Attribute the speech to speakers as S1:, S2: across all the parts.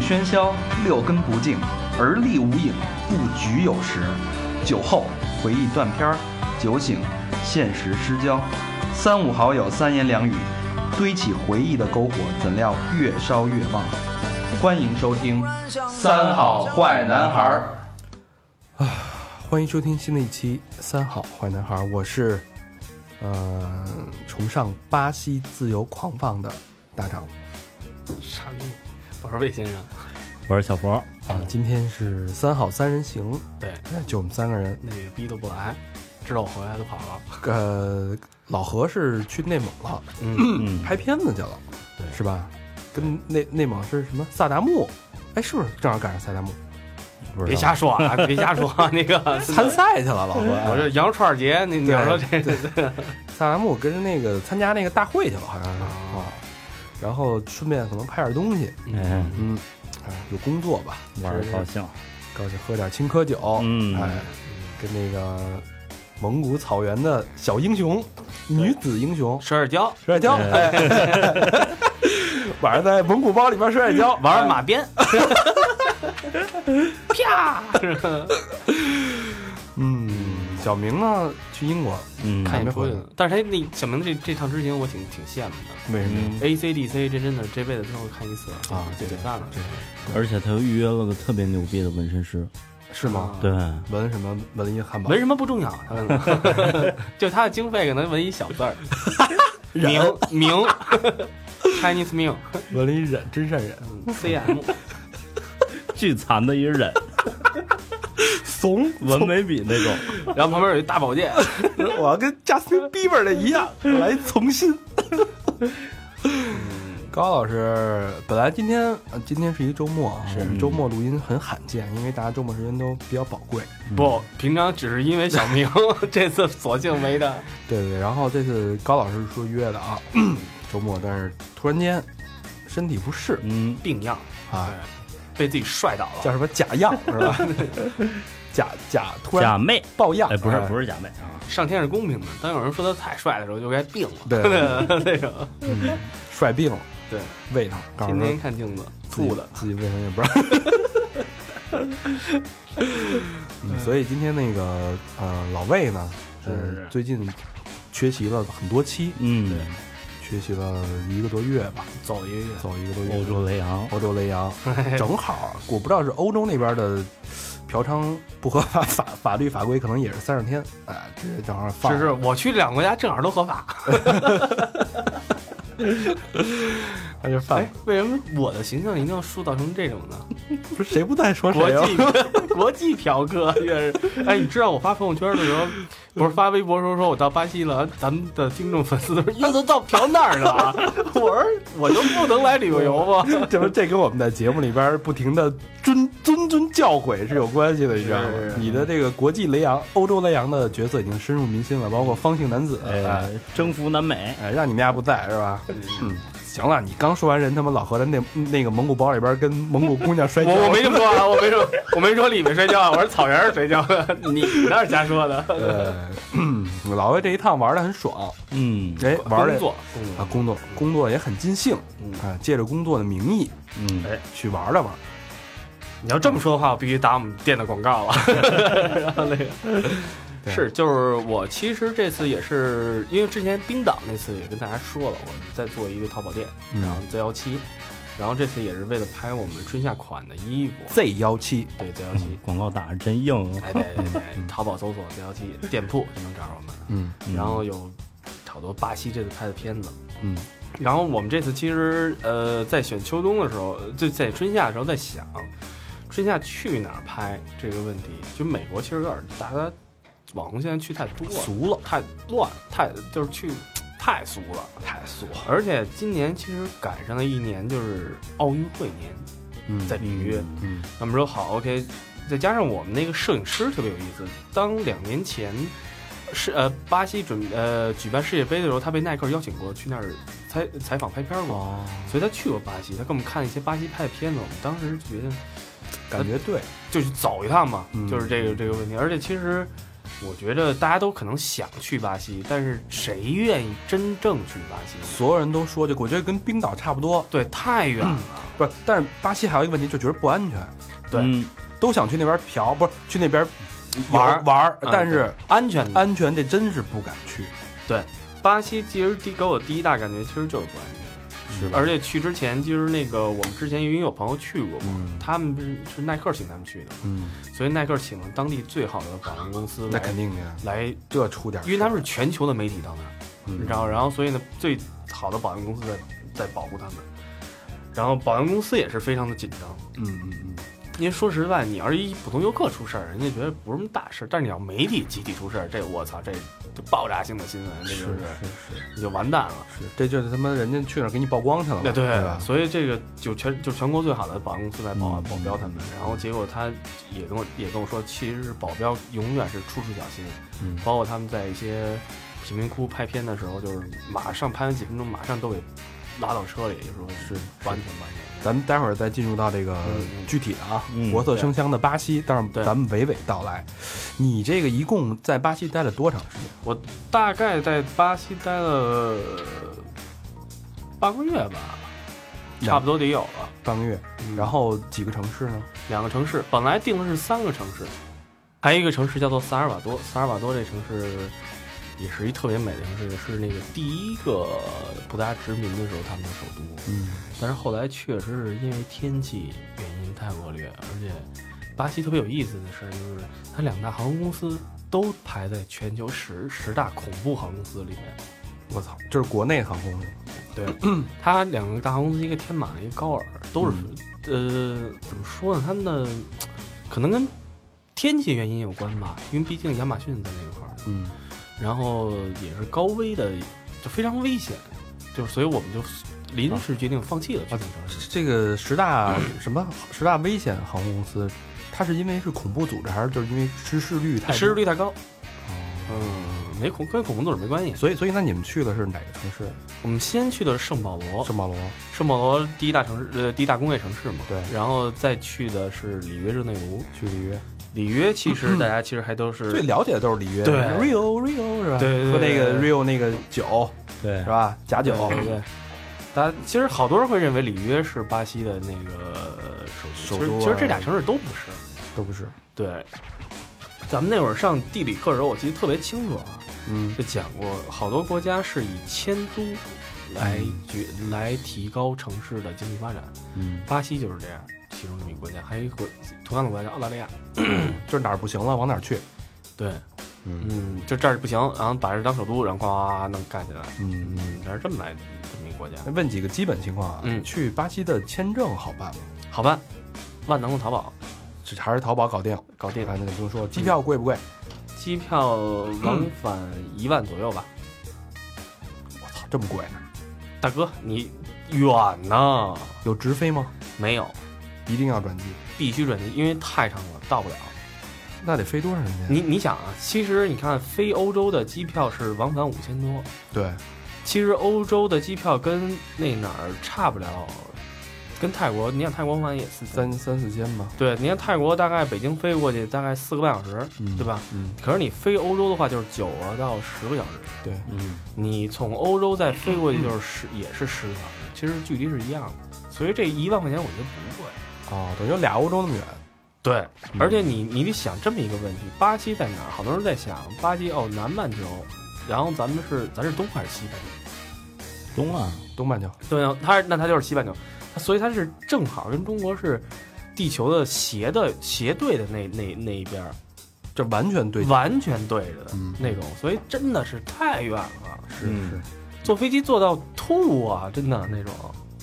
S1: 喧嚣，六根不净，而立无影，不局有时。酒后回忆断片儿，酒醒现实失焦。三五好友三言两语，堆起回忆的篝火，怎料越烧越旺。欢迎收听《三好坏男孩儿》。
S2: 欢迎收听新的一期《三好坏男孩》，我是，呃，崇尚巴西自由狂放的大长 嗯
S3: 傻逼，我是魏先生。
S4: 我是小博，
S2: 啊。今天是三好三人行，
S3: 对，
S2: 哎就我们三个人。
S3: 那个逼都不来，知道我回来就跑了。
S2: 呃，老何是去内蒙了，
S4: 嗯，
S2: 拍片子去了，
S3: 对
S2: 是吧？跟内内蒙是什么萨达木？哎，是 不是正好赶上萨达木哎
S4: 不
S3: 别
S4: 知道
S3: 瞎说啊，别瞎说、啊。那个，
S2: 参赛去了？老何，
S3: 我这羊肉串节，你你要说这个，
S2: 萨达木跟着那个参加那个大会去了，好像是啊。然后顺便可能拍点东西，
S4: 哎，
S2: 嗯，哎，有工作吧，
S4: 玩
S2: 是
S4: 的高兴，
S2: 高兴喝点青稞酒，
S4: 嗯
S2: 哎，跟那个蒙古草原的小英雄，女子英雄
S3: 十二胶
S2: 摔跤，哎， 晚上在蒙古包里边摔跤，
S3: 玩马鞭，
S2: 嗯，小明呢去英国，
S4: 嗯，
S2: 看
S3: 看
S2: 你
S3: 演
S2: 没
S3: 出
S2: 回
S3: 去
S2: 来
S3: 了。但是他那小明这这趟之行，我挺挺羡慕的。
S2: 为什么？
S3: A C D C 这真的这辈子最后看一次
S2: 嗯啊
S3: 这解散了。
S4: 而且他又预约了个特别牛逼的纹身师，
S2: 是吗？
S4: 对，
S2: 纹什么？纹一汉堡
S3: 纹，什么不重要，他问我 就他的经费可能纹一小 字儿，明明 Chinese Ming
S2: 纹了一忍，真善忍，
S3: C M
S4: 巨残的一人，
S2: 怂，
S4: 纹眉笔那种，
S3: 然后旁边有一大宝剑，
S2: 我要跟 Justin Bieber 的一样， 我来重新。 高老师，本来今天呃今天是一周末啊，我们周末录音很罕见，因为大家周末时间都比较宝贵。
S3: 不，平常只是因为小明， 这次索性没的。
S2: 对对，对然后这次高老师说约的 啊，周末，但是突然间身体不适
S4: 嗯，
S3: 病样，
S2: 啊，
S3: 被自己摔倒了。
S2: 叫什么假 样是吧？假假突然
S4: 嗯假妹，
S2: 爆样，
S4: 哎，不是
S2: 哎
S4: 不是假妹啊，
S3: 上天是公平的，当有人说他太帅的时候，就该病了。
S2: 对
S3: 那个，
S2: 帅病了，
S3: 对，
S2: 胃疼，告诉
S3: 天
S2: 说
S3: 天看镜子，吐的。
S2: 自己为什么也不知道。 嗯，所以今天那个呃，老魏呢，呃，最近缺席了很多期，
S4: 嗯，
S2: 缺席了一个多月吧，
S3: 走一个月，
S2: 走一个多月。
S4: 欧洲雷昂，
S2: 欧洲雷洋，正好我不知道是欧洲那边的嫖娼不合法法法律法规，可能也是三十天，哎，这正好放
S3: 就
S2: 了。
S3: 是我去两个国家正好都合法。
S2: 啊那就放
S3: 哎，，为什么我的形象一定要塑造成这种呢？
S2: 不是谁不在说
S3: 国
S2: 谁啊？
S3: 际 国际嫖客越是，哎，你知道我发朋友圈的 时候，不是发微博说说我到巴西了，咱们的听众粉丝都说你都到嫖那儿了啊， 我说我就不能来旅个游吗？
S2: 这不这跟我们在节目里边不停的谆谆谆教诲是有关系的，你知道吗
S3: 是是？
S2: 你的这个国际雷洋、欧洲雷洋的角色已经深入民心了，包括方姓男子，哎
S4: 哎，征服南美，
S2: 哎，让你们家不在是吧？嗯，行了，你刚说完人他妈老何在那那个蒙古包里边跟蒙古姑娘摔跤，
S3: 我我没这么说 啊，我没说我没说里面摔跤啊，我说草原上摔跤，你哪是瞎说的？
S2: 呃，老魏这一趟玩的很爽，
S4: 嗯
S2: 哎，玩的
S3: 工作，嗯
S2: 啊，工作工作也很尽兴啊，借着工作的名义哎
S4: 嗯，
S2: 去玩了玩，
S3: 你要这么说的话，我必须打我们店的广告了。 然后那个
S2: 对
S3: 是，就是我其实这次也是因为之前冰岛那次也跟大家说了，我们在做一个淘宝店，
S2: 嗯
S3: 然后 Z 幺七，然后这次也是为了拍我们春夏款的衣服，
S2: Z 幺七，
S3: 对 Z 幺七，
S4: 广告打的真硬啊，
S3: 哎对对对，淘宝搜索 Z 幺七店铺就能找着我们，
S2: 嗯
S4: 嗯
S3: 然后有好多巴西这次拍的片子，
S2: 嗯
S3: 然后我们这次其实呃，在选秋冬的时候，呃就在春夏的时候在想，春夏去哪儿拍这个问题。就美国其实有点大家网红现在去太多了，俗了，太乱，太就是去太俗了，太俗了。而且今年其实赶上了一年就是奥运会年，
S2: 嗯，
S3: 在里约。
S2: 嗯
S3: 那么说好，OK，再加上我们那个摄影师特别有意思，当两年前是呃巴西准呃举办世界杯的时候，他被耐克邀请过去那儿采采访拍片儿过，
S2: 哦，
S3: 所以他去过巴西，他给我们看了一些巴西拍的片子，我们当时就觉得
S2: 感觉对，
S3: 就去走一趟嘛，
S2: 嗯
S3: 就是这个这个问题。而且其实我觉得大家都可能想去巴西，但是谁愿意真正去巴西？
S2: 所有人都说这个，我觉得跟冰岛差不多，
S3: 对，太远了。
S2: 不是？但是巴西还有一个问题，就觉得不安全，
S3: 对
S4: 嗯
S2: 都想去那边嫖，不是去那边
S3: 玩儿
S2: 游玩儿，
S3: 嗯
S2: 但是
S3: 安全的，
S2: 安全这真是不敢去。
S3: 巴西其实第给我第一大感觉其实就是不安全。
S4: 是吧？
S3: 而且去之前，其实那个我们之前因为有朋友去过嘛，
S4: 嗯
S3: 他们不是是耐克请他们去的，
S4: 嗯，
S3: 所以耐克请了当地最好的保安公司
S2: 那
S3: 来
S2: 肯定的呀，
S3: 来，
S2: 这出点事儿，
S3: 因为他们是全球的媒体到那儿，
S4: 嗯
S3: 你知道，然后所以呢，最好的保安公司在在保护他们，然后保安公司也是非常的紧张，
S4: 嗯嗯
S3: 因为说实在，你要是一普通游客出事儿，人家觉得不是什么大事儿，但是你要媒体集体出事儿，这我操，这这爆炸性的新闻，这就是是
S2: 是是
S3: 你就完蛋了。
S2: 是，这就是他妈人家去哪儿给你曝光去了嘛，
S3: 对
S2: 对吧？
S3: 所以这个就全就全国最好的保安公司来保
S4: 嗯
S3: 保镖他们，然后结果他也跟我也跟我说，其实是保镖永远是处处小心，
S4: 嗯
S3: 包括他们在一些贫民窟拍片的时候，就是马上拍完几分钟，马上都给拉到车里，就说是完全完全。
S2: 咱们待会儿再进入到这个
S3: 嗯嗯
S2: 具体的啊，
S4: 嗯
S2: 国色生香的巴西，但是
S3: 对
S2: 咱们娓娓道来。你这个一共在巴西待了多长时间？
S3: 我大概在巴西待了半个月吧，差不多得有了。
S2: 半个月，
S3: 嗯
S2: 然后几个城市呢？
S3: 两个城市，本来定的是三个城市，还有一个城市叫做萨尔瓦多。萨尔瓦多这城市也是一特别美的城市，是那个第一个葡萄牙殖民的时候他们的首都。
S4: 嗯
S3: 但是后来确实是因为天气原因太恶劣，而且巴西特别有意思的事儿就是，它两大航空公司都排在全球十十大恐怖航空公司里面。
S2: 我操，就是国内航空
S3: 对，它两个大航空公司，一个天马，一个高尔，都是、呃，怎么说呢？他们的可能跟天气原因有关吧，因为毕竟亚马逊在那块儿，
S4: 嗯
S3: 然后也是高危的，就非常危险，就是所以我们就临时决定放弃了去那城市。
S2: 这个十大什么十大危险航空公司，它是因为是恐怖组织，还是就是因为失事率太低
S3: 失事？率太高，
S2: 哦
S3: 嗯，没恐跟恐怖组织没关系。
S2: 所以，所以那你们去的是哪个城市？
S3: 我们先去的是圣保罗，
S2: 圣保罗。
S3: 圣保罗第一大城市，呃，第一大工业城市嘛。
S2: 对
S3: 然后再去的是里约热内卢。
S2: 去里约，
S3: 里约其实大家其实还都是
S2: 最了解的都是里约，
S3: 对
S2: Rio Rio 是吧？
S3: 对对对
S2: 喝那个
S3: 对
S2: Rio 那个酒
S4: 对
S2: 是吧？假酒，
S3: 对对对，大家其实好多人会认为里约是巴西的那个呃首
S2: 首
S3: 其实
S2: 都啊
S3: 其实这俩城市都不是。
S2: 都不是。
S3: 对，咱们那会儿上地理课的时候，我记得特别清楚啊，
S2: 嗯，
S3: 就讲过好多国家是以迁都来决、来提高城市的经济发展，
S4: 嗯
S3: 巴西就是这样。其中这么一个国家，还有一个国同样的国家叫澳大利亚，
S2: 就是哪儿不行了，往哪儿去？
S3: 对，
S4: 嗯
S3: 嗯，就这儿不行，然后把这当首都，然后呱能盖起来，
S4: 嗯
S3: 嗯，它是这么来的这么一个国家，
S2: 问几个基本情况啊，
S3: 嗯
S2: 去巴西的签证好办吗？
S3: 好办，万能的淘宝
S2: 只还是淘宝搞定？
S3: 搞定，嗯
S2: 啊，那就不用说，机票贵不贵？
S3: 机票往返一万左右吧。
S2: 我操，这么贵？
S4: 嗯
S3: 大哥，你远呢？
S2: 有直飞吗？
S3: 没有，
S2: 一定要转机，
S3: 必须转机，因为太长了，到不了。
S2: 那得飞多长时间？
S4: 嗯
S3: 你你想啊，其实你看飞欧洲的机票是往返五千多，
S2: 对，
S3: 其实欧洲的机票跟那哪儿差不了，跟泰国，你想泰国往返也四千。
S2: 三三四千吧。
S3: 对，你看泰国大概北京飞过去大概四个半小时，
S4: 嗯
S3: 对吧？
S4: 嗯
S3: 可是你飞欧洲的话就是九个到十个小时，
S2: 对，
S4: 嗯
S3: 你从欧洲再飞过去就是十，也是十个小时，其实距离是一样的，所以这一万块钱我觉得不贵。
S2: 哦，等于有俩欧洲那么远。
S3: 对，而
S4: 嗯
S3: 且你你得想这么一个问题：巴西在哪儿？好多人在想巴西哦，南半球，然后咱们是咱是东还是西半球？
S4: 东啊，
S2: 东半球，
S3: 对啊，它那它就是西半球，所以它是正好跟中国是地球的斜的斜对的那那那一边儿，
S2: 这完全对。
S3: 完全对着的
S2: 嗯
S3: 那种，所以真的是太远了，
S2: 是是，
S3: 嗯坐飞机坐到吐啊，真的那种。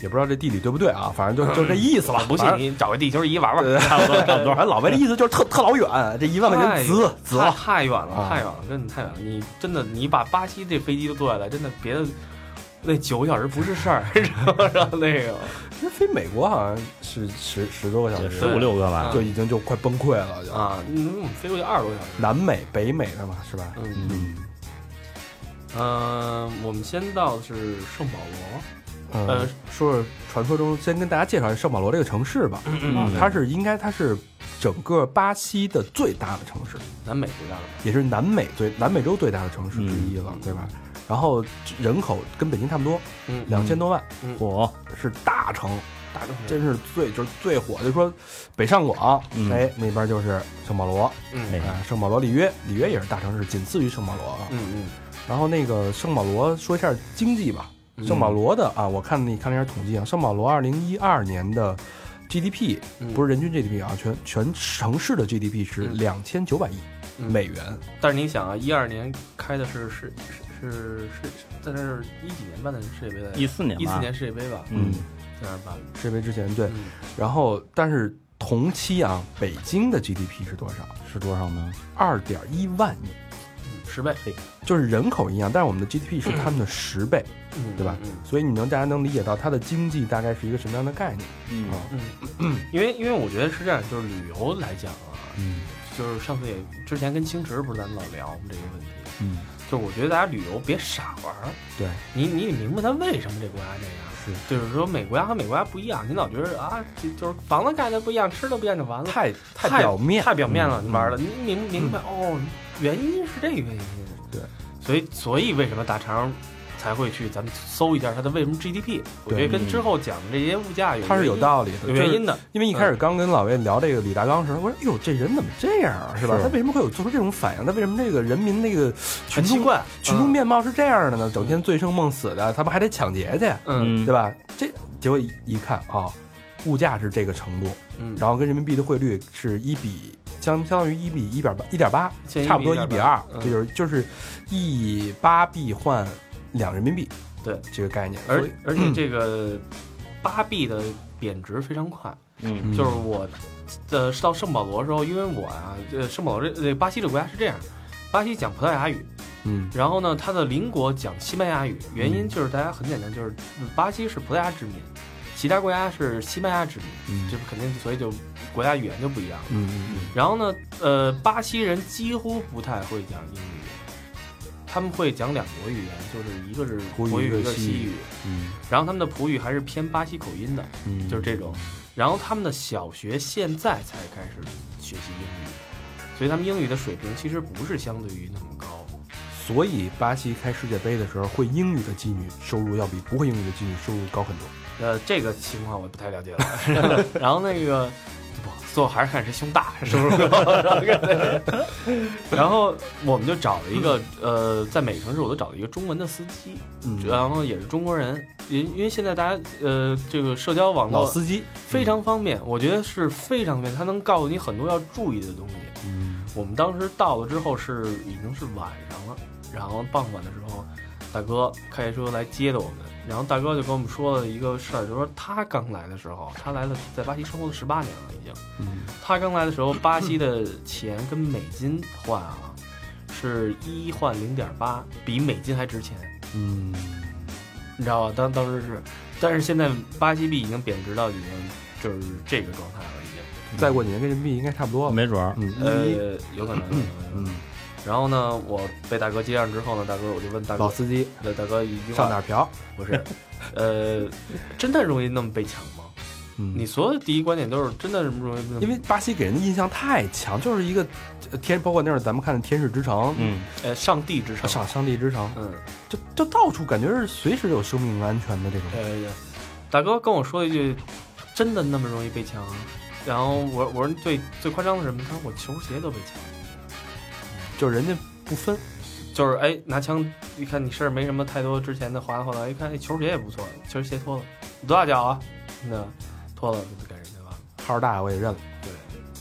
S2: 也不知道这地理对不对啊，反正 就就这意思吧。
S3: 不信
S2: 反正
S3: 你找个地球仪玩玩，
S2: 对
S3: 差不多差不多
S2: 反。正老白的意思就是特特老远，这一万块钱值值
S3: 太
S2: 了。
S3: 太远了，
S2: 啊
S3: 太远了，真的太远了。你真的，你把巴西这飞机都坐下来，真的别的那九个小时不 是事儿，然后然后那个
S2: 那飞美国好像是十十多个小
S4: 也
S2: 时，
S4: 十五六个吧，
S2: 就已经就快崩溃了。就
S3: 啊，嗯，我们飞过去二十多个小时。
S2: 南美、北美的嘛，是吧？
S3: 嗯
S4: 嗯
S3: 呃，我们先到的是圣保罗，呃
S2: 呃，说说传说中，先跟大家介绍一下圣保罗这个城市吧。啊
S3: 嗯
S2: 它是应该它是整个巴西的最大的城市，
S3: 南美最大的
S2: 也是南美最南美洲最大的城市之一了，对吧？然后人口跟北京差不多，
S3: 嗯
S2: 两千多万，
S4: 火，
S2: 是大城，
S3: 大城市，
S2: 真是最就是最火。就说北上广，
S4: 嗯
S2: 哎，那边就是圣保罗，
S3: 嗯
S4: 哎
S2: 啊，圣保罗里约，里约也是大城市，仅次于圣保罗啊。
S3: 嗯
S2: 然后那个圣保罗说一下经济吧，
S3: 嗯
S2: 圣保罗的啊，我看你看了一下统计啊，圣保罗二零一二年的 GDP
S3: 嗯
S2: 不是人均 GDP 啊，全全城市的 GDP 是两千九百亿
S3: 嗯
S2: 美元，
S3: 但是你想啊，一二年开的是是是是是，在那是一几年办的世界杯来着？
S4: 一四年吧，
S3: 一四年世界杯吧，
S4: 嗯，
S3: 在那儿办的。
S2: 世界杯之前对，
S3: 嗯
S2: 然后但是同期啊，北京的 GDP 是多少？
S4: 是多少呢？
S2: 二点一万亿，
S3: 十倍，
S2: 就是人口一样，但是我们的 GDP 是他们的十倍，
S3: 嗯
S2: 对吧
S3: 嗯
S2: 所以你能大家能理解到它的经济大概是一个什么样的概念？
S4: 嗯
S3: 嗯， 因为因为我觉得是这样，就是旅游来讲啊，
S4: 嗯
S3: 就是上次也之前跟青池不是咱们老聊我们这个问题，
S4: 嗯，
S3: 就是我觉得大家旅游别傻玩儿，
S2: 对，
S3: 你你得明白它为什么这国家这样。
S2: 是
S3: 就是说，美国家和美国家不一样，你老觉得啊，就就是房子盖的不一样，吃的不一样就完了，
S2: 太
S3: 太
S2: 表面，
S3: 太表面了，
S2: 嗯
S3: 你玩了，你明明白哦，原因是这个原因。
S2: 对，
S3: 所以所以为什么大肠才会去咱们搜一下它的为什么 GDP？我觉得跟之后讲的这些物价有
S2: 嗯它是有
S3: 原因
S2: 道理的，
S3: 有原
S2: 就是
S3: 因的，
S2: 因为一开始刚跟老魏聊这个李大刚时，我说：“哟，这人怎么这样啊？是吧？
S4: 是
S2: 他为什么会有做出这种反应？他为什么这个人民那个群
S3: 很奇
S2: 众
S3: 怪，嗯
S2: 群众面貌是这样的呢？整天醉生梦死的，他们还得抢劫去，
S3: 嗯
S2: 对吧？这结果一看啊、物价是这个程度，
S3: 嗯，
S2: 然后跟人民币的汇率是一比相相当于一比一点八一点八，
S3: 建议
S2: 差不多一比二，
S3: 嗯
S2: 这就是就是一八币换两人民币，
S3: 对
S2: 这个概念。所
S3: 而
S2: 以嗯
S3: 而且这个巴币的贬值非常快，
S4: 嗯
S3: 就是我呃到圣保罗的时候，因为我啊，呃圣保罗这这巴西这个国家是这样，巴西讲葡萄牙语，
S2: 嗯
S3: 然后呢，它的邻国讲西班牙语，原因就是大家很简单，就是巴西是葡萄牙殖民，其他国家是西班牙殖民，
S2: 嗯
S3: 这不肯定，所以就国家语言就不一样了。
S2: 嗯嗯
S3: 然后呢，呃，巴西人几乎不太会讲英语，他们会讲两国语言，就是一个是
S2: 葡语
S3: 国
S2: 一个
S3: 一个
S2: 西
S3: 西
S2: 语
S3: 语，
S2: 嗯
S3: 然后他们的葡语还是偏巴西口音的，
S2: 嗯，
S3: 就是这种。然后他们的小学现在才开始学习英语，所以他们英语的水平其实不是相对于那么高。
S2: 所以巴西开世界杯的时候，会英语的妓女收入要比不会英语的妓女收入高很多。
S3: 呃，这个情况我不太了 解了。然后那个，不，最后还是看谁胸大，是 不是？然后我们就找了一个，
S2: 嗯
S3: 呃，在每个城市我都找了一个中文的司机，然后也是中国人，因因为现在大家呃这个社交网
S2: 老
S3: 络
S2: 司机，
S3: 非常方便，我觉得是非常方便，他能告诉你很多要注意的东西。
S2: 嗯
S3: 我们当时到了之后是已经是晚上了，然后傍晚的时候，大哥开车来接的我们，然后大哥就跟我们说了一个事儿，就说他刚来的 时候，他来了在巴西生活了十八年了已经，
S2: 嗯
S3: 他刚来的时候，巴西的钱跟美金换啊，是一换零点八，比美金还值钱，
S2: 嗯，
S3: 你知道吧？当当时是，但是现在巴西币已经贬值到已经就是这个状态了，已经。
S2: 再过几年跟人民币应该差不多了。
S4: 没准儿，
S2: 嗯，一
S3: 呃，有可能，有可能。有可能
S2: 嗯
S3: 然后呢，我被大哥接上之后呢，大哥我就问大
S2: 老
S3: 哥，
S2: 司机
S3: 那大哥一句
S2: 上哪
S3: 话
S2: 儿嫖？
S3: 不是，呃，真的容易那么被抢吗？
S2: 嗯
S3: 你所有的第一观点都是真的容易那么，
S2: 因为巴西给人的印象太强，就是一个呃天，包括那会儿咱们看的《天使之城》，
S4: 嗯
S3: 呃上帝之
S2: 啊，
S3: 上，
S2: 上上帝之城，
S3: 嗯，
S2: 就就到处感觉是随时有生命安全的这种。
S3: 呃，大哥跟我说一句，真的那么容易被抢啊？然后我我说最最夸张的是什么？他说我球鞋都被抢了。
S2: 就是人家不分，
S3: 就是哎，拿枪一看你身上没什么太多之前的划拉划拉，一看这哎球鞋也不错，球鞋脱了，你多大脚啊？那脱了就给人家了。
S2: 号儿大我也认了。
S3: 对，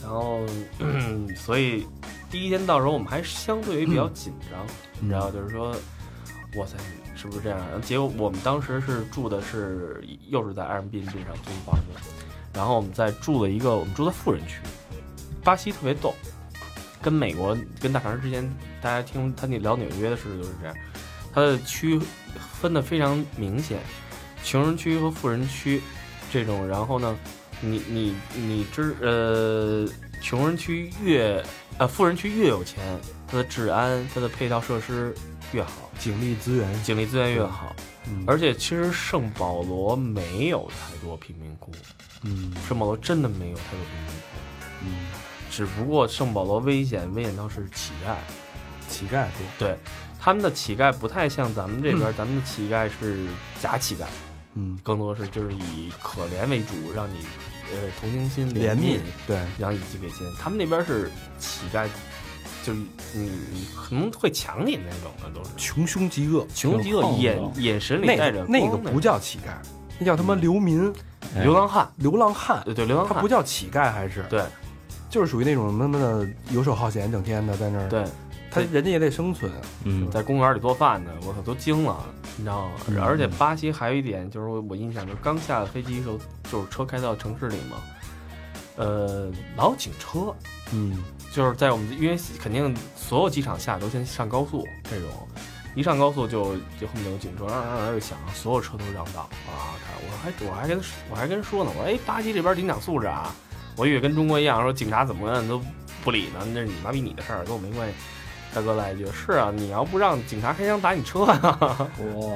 S3: 然后、 嗯所以第一天到时候我们还相对于比较紧张，你知道，就是说，哇塞，是不是这样？然后结果我们当时是住的是又是在 Airbnb 上租房子，然后我们在住了一个我们住在富人区，巴西特别逗，跟美国跟大肠之前大家听他那聊纽约的事就是这样，它的区分的非常明显，穷人区和富人区这种，然后呢，你你你知呃，穷人区越呃富人区越有钱，它的治安、它的配套设施越好，
S2: 警力资源，
S3: 警力资源越好。
S2: 嗯
S3: 而且其实圣保罗没有太多贫民窟，
S2: 嗯
S3: 圣保罗真的没有太多贫民窟。
S2: 嗯，
S3: 只不过圣保罗危险危险到是乞丐，
S2: 乞丐多，
S3: 他们的乞丐不太像咱们这 边，咱们的乞丐是假乞丐，
S2: 嗯，
S3: 更多是就是以可怜为主，让你呃同情心
S2: 怜
S3: 悯
S2: 悯，对，
S3: 然后以及给钱。他们那边是乞丐，就是你你可能会抢你那种的，都是
S2: 穷凶极恶，
S3: 穷极恶，
S4: 碰
S3: 眼
S4: 到
S3: 眼神里
S2: 那
S3: 带着
S2: 个啊那个
S3: 光
S2: 不叫乞丐，那叫他妈流民、
S4: 哎
S3: 流浪汉，呃
S2: 流浪汉，
S3: 对对，流浪
S2: 他
S3: 汉
S2: 不叫乞丐，还是
S3: 对
S2: 就是属于那种他妈的游手好闲，整天的在那儿，
S3: 对，
S2: 他人家也得生存，
S4: 嗯，
S3: 在公园里做饭呢，我操，都惊了，你知道吗？
S4: 嗯
S3: 而且巴西还有一点就是我印象就是刚下飞机的时候，就是车开到城市里嘛，呃，老有警车，
S2: 嗯，
S3: 就是在我们因为肯定所有机场下都先上高速这种，一上高速就就后面有警车，让让让就响，所有车都让道啊！看我还我还跟他我还跟人说呢，我说哎，巴西这边警长素质啊，我以为跟中国一样，说警察怎么样都不理呢，那是你妈逼你的事儿，跟我没关系。大哥来一句：“是啊，你要不让警察开枪打你车 啊，
S4: 哇，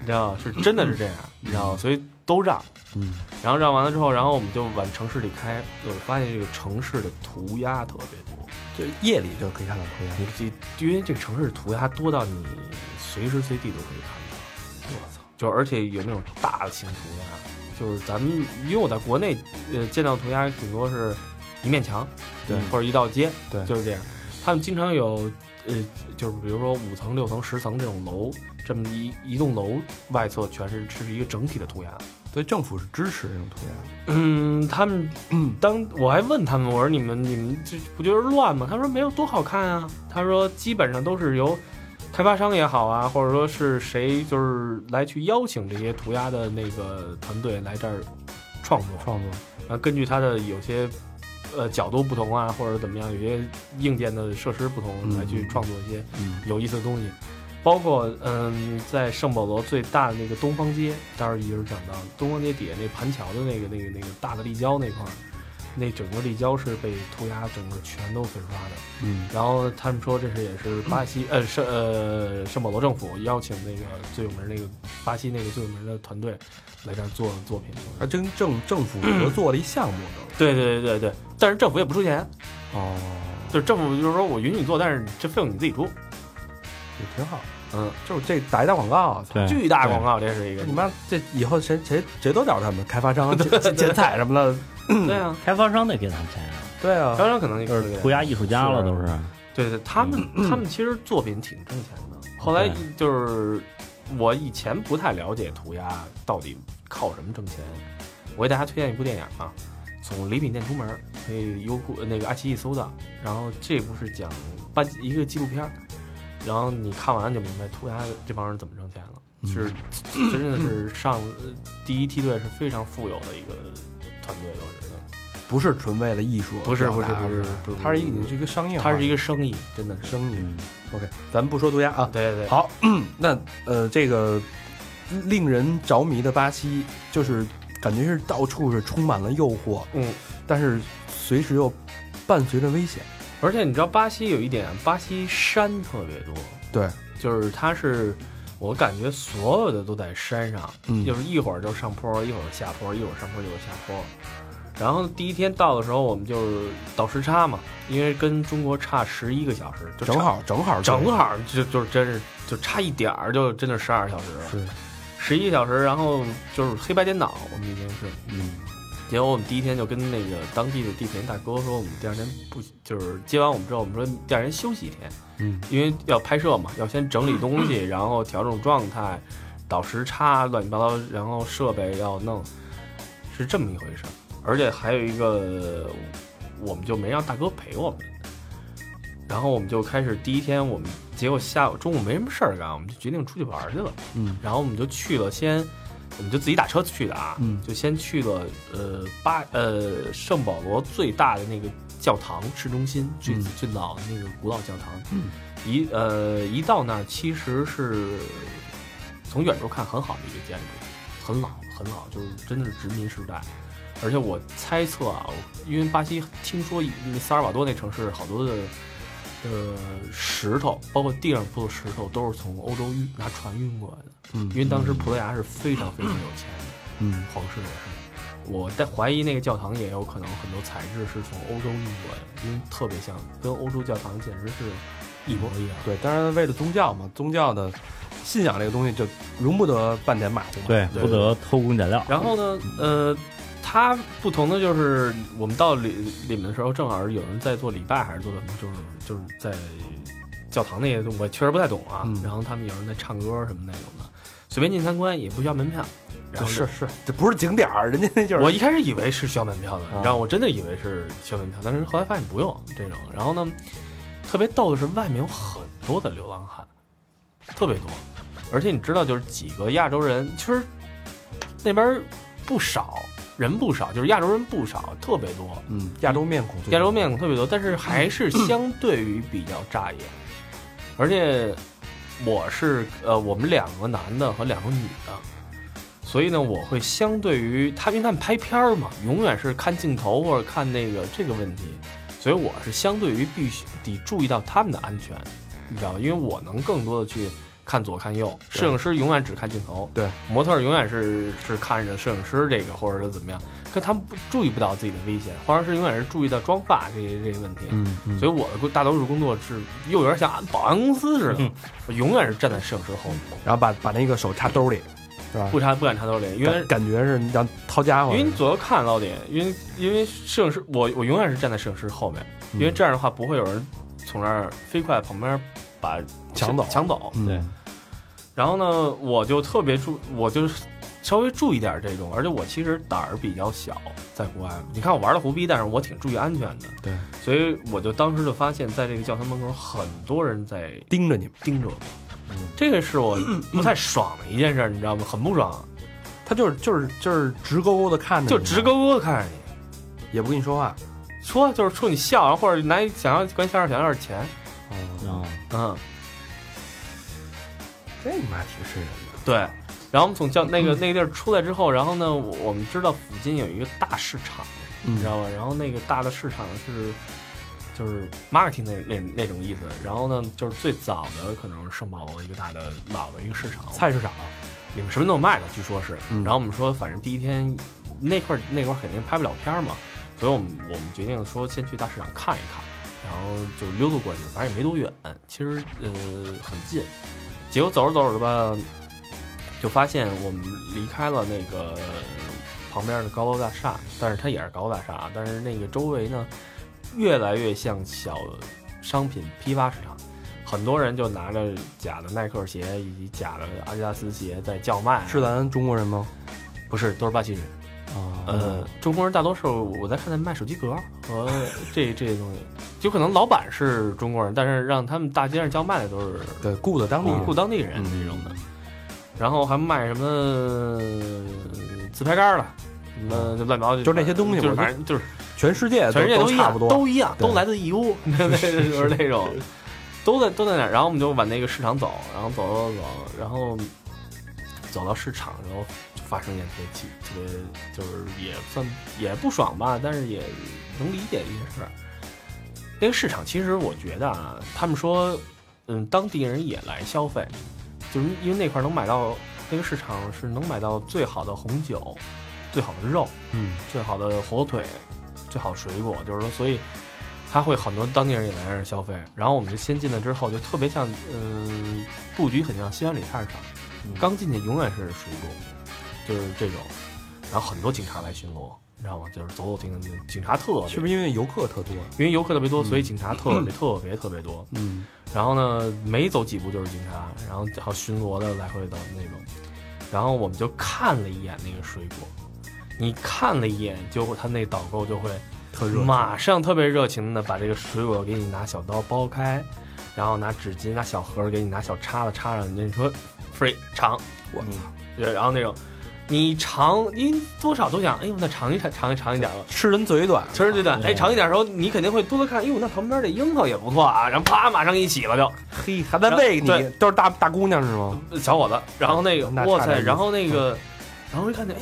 S3: 你知道是真的是这样，你知道，所以都让，
S2: 嗯，
S3: 然后让完了之后，然后我们就往城市里开，我发现这个城市的涂鸦特别多，
S2: 就夜里就可以看到涂鸦，
S3: 你这因为这个城市涂鸦多到你随时随地都可以看到。我操！就而且有那种大型涂鸦，就是咱们因为我在国内呃见到涂鸦顶多是一面墙，
S2: 对
S3: 或者一道街，
S2: 对
S3: 就是这样。他们经常有呃，就是比如说五层、六层、十层这种楼，这么一一栋楼外侧全是是一个整体的涂鸦。
S2: 所以政府是支持这种涂鸦，
S3: 嗯，他们当我还问他们，我说你们你们这不就是乱吗？他说没有多好看啊，他说基本上都是由开发商也好啊，或者说是谁就是来去邀请这些涂鸦的那个团队来这儿创作，
S2: 创作，
S3: 然后根据他的有些呃角度不同啊，或者怎么样，有些硬件的设施不同
S2: 嗯
S3: 来去创作一些
S2: 嗯
S3: 有意思的东西，包括嗯，在圣保罗最大的那个东方街，待会儿一会儿讲到东方街底下那盘桥的那个那个那个大的立交那块儿，那整个立交是被涂鸦整个全都粉刷的。
S2: 嗯，
S3: 然后他们说这是也是巴西呃圣呃圣保罗政府邀请那个最有名儿那个巴西那个最有名儿的团队来这儿做作品。
S2: 还真政政府合作了一项目都，
S3: 对对对对对，但是政府也不出钱，
S2: 哦，
S3: 就是政府就是说我允许你做，但是这费用你自己出。
S2: 也挺好，
S3: 嗯，
S2: 就是这打一打广告，操
S4: 对，
S3: 巨大广告，这是一个
S2: 这你妈这以后谁谁谁都找他们开发 商剪剪剪彩什么的，
S3: 对啊，
S4: 开发商得给他们钱啊，
S2: 对 啊，
S3: 当然可能也
S4: 就
S3: 可以
S4: 是涂鸦艺术家了都是，
S3: 对对，他们、
S2: 嗯
S3: 他们其实作品挺挣钱的。后来
S4: 对
S3: 就是我以前不太了解涂鸦到底靠什么挣钱，我给大家推荐一部电影啊，从礼品店出门，可以优酷那个爱奇艺搜到。然后这部是讲班一个纪录片儿，然后你看完就明白涂鸦这帮人怎么挣钱了，
S2: 嗯
S3: 是真的是上呃第一梯队是非常富有的一个团队都是。
S2: 不是纯为了艺术
S3: 不是
S2: 表达，
S3: 不是不是
S2: 不
S3: 不是
S2: 它是一个是一个商业化
S3: 它
S2: 的，
S3: 是一个生意，真的是。
S2: 生意。
S4: 嗯，
S2: OK，咱们不说涂鸦啊。
S3: 对对对，
S2: 好， 那呃，这个令人着迷的巴西，就是感觉是到处是充满了诱惑，
S3: 嗯，
S2: 但是随时又伴随着危险。
S3: 而且你知道巴西有一点，巴西山特别多，
S2: 对，
S3: 就是它是，我感觉所有的都在山上，
S2: 嗯
S3: 就是一会儿就上坡，一会儿下坡，一会儿上坡，一会儿下坡。然后第一天到的时候，我们就是倒时差嘛，因为跟中国差十一个小时，就差
S2: 正好正好
S3: 正好就就真是就差一点儿，就真的十二小时，
S2: 是
S3: 十一小时，然后就是黑白颠倒，我们已经是，嗯，结果我们第一天就跟那个当地的地陪大哥说，我们第二天不就是接完我们之后，我们说第二天休息一天，
S2: 嗯，
S3: 因为要拍摄嘛，要先整理东 西，然后调整状态，倒时差，乱七八糟，然后设备要弄，是这么一回事儿。而且还有一个，我们就没让大哥陪我们，然后我们就开始第一天，我们结果下午中午没什么事儿干，我们就决定出去玩儿去了。
S2: 嗯，
S3: 然后我们就去了先，我们就自己打车去的啊，
S2: 嗯
S3: 就先去了呃巴呃圣保罗最大的那个教堂市中心最、
S2: 嗯
S3: 最老的那个古老教堂，
S2: 嗯
S3: 一呃一到那儿其实是从远处看很好的一个建筑，很老很老，就是真的是殖民时代。而且我猜测啊，我因为巴西听说那萨尔瓦多那城市好多的呃石头，包括地上铺的石头，都是从欧洲运拿船运过来的。
S2: 嗯
S3: 因为当时葡萄牙是非常非常有钱的，
S2: 嗯
S3: 皇室也是。我在怀疑那个教堂也有可能很多材质是从欧洲运过来的，因为特别像，跟欧洲教堂简直是一模一样。
S2: 对，当然为了宗教嘛，宗教的信仰这个东西就容不得半点马虎嘛。
S4: 对，
S3: 对
S4: 不得偷工减料。
S3: 然后呢，呃，它不同的就是我们到里里面的时候，正好是有人在做礼拜还是做什么，就是就是在教堂那些，我确实不太懂啊。
S2: 嗯
S3: 然后他们有人在唱歌什么那种的，随便进参观也不需要门票。然后
S2: 是是，这不是景点儿，人家那就是
S3: 我一开始以为是需要门票的，
S2: 啊
S3: 你知道，我真的以为是需要门票，但是后来发现不用这种。然后呢，特别逗的是，外面有很多的流浪汉，特别多，而且你知道，就是几个亚洲人，其实那边儿不少人不少，就是亚洲人不少，特别多，
S2: 嗯，亚洲面孔最多，
S3: 亚洲面孔特别多，但是还是相对于比较扎眼，而且我是呃，我们两个男的和两个女的，所以呢，我会相对于他，因为他们拍片儿嘛，永远是看镜头或者看那个这个问题，所以我是相对于必须得注意到他们的安全，你知道吧？因为我能更多的去看左看右，摄影师永远只看镜头，
S2: 对，
S3: 模特儿永远是是看着摄影师这个或者是怎么样，可他们不注意不到自己的危险，化妆师永远是注意到妆发这些这些问题，
S2: 嗯嗯，
S3: 所以我的工大多数工作是又有点像保安公司似
S2: 嗯
S3: 的，我永远是站在摄影师后面，
S2: 然后把把那个手插兜里，是吧？
S3: 不插不敢插兜里，因为
S2: 感感觉是你要掏家伙
S3: 因为，你左右看老点，因为因为摄影师，我我永远是站在摄影师后面，
S2: 嗯
S3: 因为这样的话不会有人从那儿飞快旁边把
S2: 抢走
S3: 抢走。
S2: 嗯
S4: 对，
S3: 然后呢，我就特别注，我就是稍微注意点这种，而且我其实胆儿比较小，在国外，你看我玩的胡逼，但是我挺注意安全的，
S2: 对，
S3: 所以我就当时就发现，在这个教堂门口，很多人在
S2: 盯着你们，
S3: 盯着我，这个 是我不太爽的一件事儿，你知道吗？很不爽，
S2: 他就是就是就是直勾勾的看着，
S3: 就直，勾勾地看着你。
S2: 也不跟你说话。
S3: 说就是冲你笑，然后或者拿一想要管想要想要点钱，
S4: 啊，
S3: 嗯，
S2: 这你妈挺瘆人的。
S3: 对。然后我们从教那
S2: 嗯
S3: 个那个地儿出来之后，然后呢，我我们知道附近有一个大市场，你
S2: 嗯，
S3: 知道吧？然后那个大的市场是就是马尔 n 那那那种意思。然后呢，就是最早的可能是圣保罗一个大的老的一个市场，
S2: 菜市场，
S3: 里面什么都有卖的，据说是。
S2: 嗯
S3: 然后我们说，反正第一天那块儿那块儿肯定拍不了片儿嘛，所以我们我们决定说先去大市场看一看，然后就溜达过去，反正也没多远，其实呃很近。结果走着走着吧，就发现我们离开了那个旁边的高楼大厦，但是它也是高楼大厦，啊但是那个周围呢，越来越像小商品批发市场。很多人就拿着假的耐克鞋以及假的阿迪达斯鞋在叫卖，啊
S2: 是咱中国人吗？
S3: 不是都是巴西人？
S2: 啊
S3: 呃，中国人大多数我在看他们卖手机壳和这这些东西，有可能老板是中国人，但是让他们大街上叫卖的都是
S2: 对，雇的当地
S3: 啊雇
S2: 人，
S3: 当地人
S2: 嗯
S3: 这种的，然后还卖什么呃自拍杆了，什么乱七八糟，
S2: 嗯就是那些东西
S3: 就是
S2: 我
S3: 反正就是
S2: 全世界都
S3: 全世界
S2: 都
S3: 一
S2: 差
S3: 样，
S2: 不
S3: 都
S2: 多。
S3: 一样，
S2: 对
S3: 都来自 义乌，就是那种，都在都在那儿。然后我们就往那个市场走，然后走走走，然后走到市场，然后就发生一件特别奇，特别就是也算也不爽吧，但是也能理解的一件事儿。那个市场其实我觉得啊，他们说，嗯，当地人也来消费，就是因为那块儿能买到那个市场是能买到最好的红酒、最好的肉、
S2: 嗯，
S3: 最好的火腿、最好水果，就是说，所以他会很多当地人也来这儿消费。然后我们就先进来之后，就特别像，嗯、布局很像西安里菜市场，
S2: 嗯
S3: 刚进去永远是水果，就是这种。然后很多警察来巡逻，你知道吗？就是走走停停，警察特别
S2: 是嗯不是因为游客特多？啊
S3: 因为游客特别多，所以警察特别、特别特别多。
S2: 嗯，
S3: 然后呢，每走几步就是警察，然后还有巡逻的来回的那种。然后我们就看了一眼那个水果，你看了一眼，就会他那导购就会
S2: 特热情
S3: 马上特别热情的把这个水果给你拿小刀剥开，然后拿纸巾、拿小盒儿给你拿小叉子插上，你说 free 尝，
S2: 我操，
S3: 对然后那种你尝，你多少都想，哎呦，那尝一尝，尝一尝一点吧。
S2: 吃人嘴短，
S3: 其实对的，哎，尝一点的时候，你肯定会多多看，哎呦，那旁边这樱桃也不错啊，然后啪，马上给你洗了就，
S2: 嘿，还在喂你
S3: 对，
S2: 都是大大姑娘是吗？
S3: 小伙子，然后那个，
S2: 那差
S3: 哇塞，
S2: 点意思嗯
S3: 然后那个，然后一看见，哎，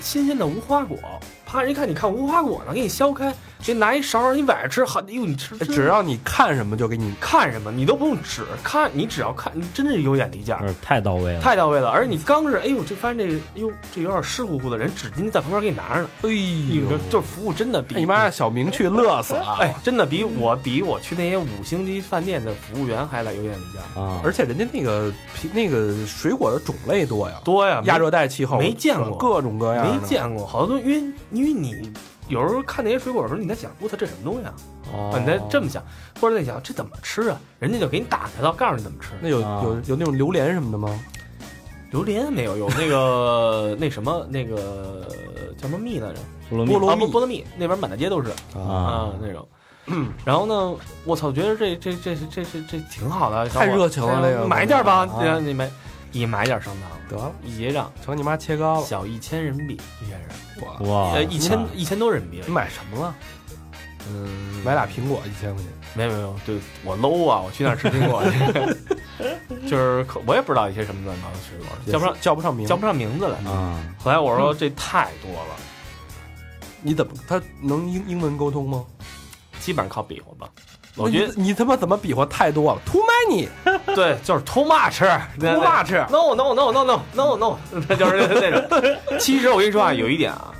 S3: 新鲜的无花果，啪，人一看你看无花果呢，给你削开，给你拿一勺，你晚上吃，好，哟，你吃
S2: 哎只要你看什么就给你
S3: 看什么，你都不用指看，你只要看，你真是有眼力见
S2: 嗯
S3: 儿
S4: 有，点太到位了。
S3: 太到位了。而且你刚是，哎呦，这发现这个，哎呦，这有点湿乎乎的，人纸巾在旁边给你拿着呢。
S2: 哎
S3: 你
S2: 呦
S3: 这，这服务真的比
S2: 哎你妈让小明去乐死了。
S3: 哎，真的比我比我去那些五星级饭店的服务员还来有眼力见儿
S4: 啊，
S2: 而且人家那个皮那个水果的种类多呀，
S3: 多呀，没
S2: 亚热带气候
S3: 没见过
S2: 各种各样的
S3: 没见过，好多东西，因为因为你有时候看那些水果的时候，你在想，我操，这什么东西啊？
S2: 哦
S3: 你在这么想，或者在想这怎么吃啊？人家就给你打开了，告诉你怎么吃。
S2: 那有
S4: 啊
S2: 有有那种榴莲什么的吗？
S3: 榴莲没有，有那个 那什么那个叫什么蜜来着？
S4: 菠
S2: 菠
S4: 萝蜜
S2: 萝
S3: 啊
S2: 蜜
S3: 不菠萝蜜，那边满大街都是
S4: 啊
S3: 啊，那种。 然后呢，我操，觉得这这这这这这挺好的，
S2: 太热情了
S3: 小伙
S2: 这个
S3: 买点儿吧，
S2: 啊
S3: 对啊你买一买点儿上当，
S2: 得了，
S3: 一结账
S2: 成你妈切糕了。
S3: 小一千人民币，一千人，
S2: 我
S4: 哇
S3: 呃，一千一千多人民币，
S2: 你买什么了？
S3: 嗯，
S2: 买俩苹果一千块钱。
S3: 没有没有，对我 low 啊，我去那儿吃苹果去， 就是可我也不知道一些什么乱七八糟的水果，叫不上
S2: 叫不上名，
S3: 叫不上名字来。
S4: 啊，
S3: 后来我说这太多了，
S2: 你怎么他能英英文沟通吗？
S3: 基本上靠比划吧。我觉得
S2: 那你你他妈怎么比划太多了？Too many，
S3: 对，就是 too much，too
S2: Too much
S3: no no no no no no no，那 就是那种。其实我跟你说啊，有一点啊，